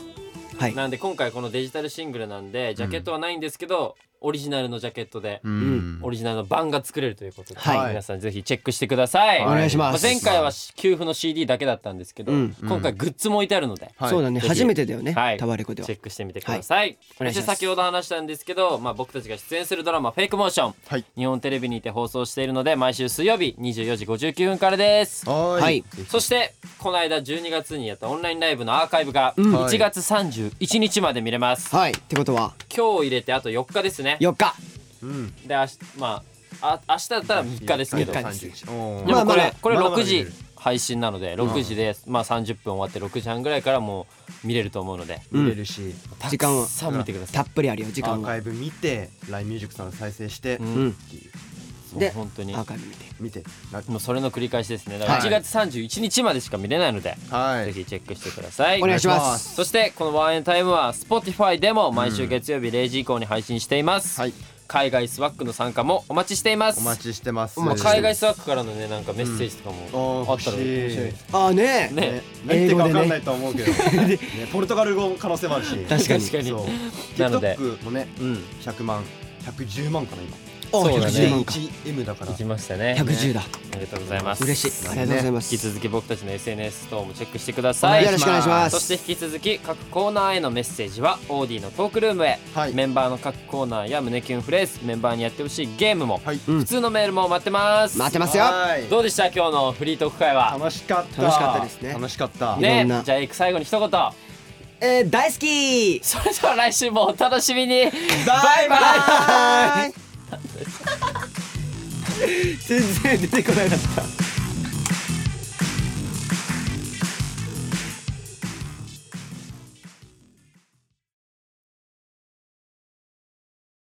Speaker 3: はい
Speaker 2: なんで今回このデジタルシングルなんでジャケットはないんですけど、オリジナルのジャケットで、
Speaker 1: うん
Speaker 2: オリジナルの版が作れるということで、
Speaker 3: はい
Speaker 2: 皆さんぜひチェックしてください、
Speaker 1: お
Speaker 3: お願いし
Speaker 2: ま
Speaker 3: ま
Speaker 2: あ
Speaker 3: す
Speaker 2: 前回は給付の CD だけだったんですけど、
Speaker 3: うん
Speaker 2: 今回グッズも置いてあるので、
Speaker 1: はい
Speaker 3: そうだね
Speaker 2: ぜひ
Speaker 3: 初めてだよね
Speaker 2: はい
Speaker 3: タワレコでは
Speaker 2: チェックしてみてください。
Speaker 3: お願い
Speaker 2: そ
Speaker 3: しま
Speaker 2: して
Speaker 3: す
Speaker 2: 先ほど話したんですけど、まあ、僕たちが出演するドラマ「フェイクモーション」
Speaker 1: はい
Speaker 2: 日本テレビにて放送しているので毎週水曜日24時59分からです。
Speaker 1: は
Speaker 3: は
Speaker 1: ーい
Speaker 3: い
Speaker 2: そしてこの間12月にやったオンラインライブのアーカイブが
Speaker 1: ん
Speaker 2: 1月31日まで見れます、
Speaker 3: はいってことは
Speaker 2: 今日入れてあと4日ですね
Speaker 3: 4日
Speaker 1: うん
Speaker 2: であしまああ明日だったら3日ですけど
Speaker 3: 三
Speaker 2: で
Speaker 3: 日
Speaker 1: 31おー
Speaker 2: もこれ、
Speaker 3: まあまだ
Speaker 2: これ
Speaker 1: まだまだ
Speaker 2: 6
Speaker 1: 見れ
Speaker 2: 時
Speaker 1: る
Speaker 2: 配信なので6時で、まあ、30分終わって6時半ぐらいからもう見れると思うので
Speaker 1: 見れるし
Speaker 3: 時間
Speaker 2: た
Speaker 3: は
Speaker 2: くさん見てくださ
Speaker 3: た
Speaker 2: い
Speaker 3: っぷりあるよ時
Speaker 1: ア
Speaker 3: 間
Speaker 1: ーカ
Speaker 3: は
Speaker 1: イブ見て LINE ミュージックさん再生してって
Speaker 2: う
Speaker 1: い
Speaker 2: ん
Speaker 3: うん
Speaker 1: う
Speaker 2: そう
Speaker 3: で
Speaker 2: 本当に
Speaker 3: アーカイブ見て
Speaker 1: 見てな
Speaker 2: もうそれの繰り返しですねだから
Speaker 1: はい
Speaker 2: 1月31日までしか見れないので、
Speaker 1: はい
Speaker 2: ぜひチェックしてください
Speaker 3: お願いし
Speaker 1: お願いしま
Speaker 3: ますす
Speaker 2: そしてこのワンエンタイムは Spotify でも毎週月曜日0時以降に配信しています、
Speaker 1: はい
Speaker 2: 海外スワックの参加もお待ちしています
Speaker 1: お待ちしてます
Speaker 2: もう海外スワックからのねなんかメッセージとかも
Speaker 1: おー
Speaker 2: あったら、
Speaker 1: 欲しい
Speaker 3: ああね
Speaker 2: ね
Speaker 1: ね何言ってるか分かんない
Speaker 3: 英
Speaker 1: とは思うけどねポルトガル語の可能性もあるし
Speaker 3: 確かに
Speaker 2: 確かに
Speaker 1: そう
Speaker 2: なので
Speaker 1: TikTok もね
Speaker 2: うん
Speaker 1: 100万110万かな今
Speaker 2: そうだね
Speaker 1: 1M だから
Speaker 2: 行きましたね。
Speaker 3: 110だ
Speaker 2: おめでとうございます。
Speaker 3: 嬉しいありがとうございま
Speaker 2: 引き
Speaker 3: す
Speaker 2: 続き僕たちの SNS 等もチェックしてください
Speaker 3: よろしくお願いしま
Speaker 2: そ
Speaker 3: す
Speaker 2: して引き続き各コーナーへのメッセージはオーディのトークルームへ、
Speaker 1: はい
Speaker 2: メンバーの各コーナーや胸キュンフレーズメンバーにやってほしいゲームも、
Speaker 1: はい
Speaker 2: 普通のメールも待ってます
Speaker 3: 待ってますよ
Speaker 1: はい
Speaker 2: どうでした今日のフリートーク会は
Speaker 1: 楽しかった
Speaker 3: 楽しかったですね
Speaker 1: 楽しかった
Speaker 3: いろ
Speaker 2: ね
Speaker 3: んな
Speaker 2: じゃあいく最後に一言
Speaker 3: えー大好き
Speaker 2: それでは来週もお楽しみに
Speaker 1: バイバイ
Speaker 3: 全然出てこなかった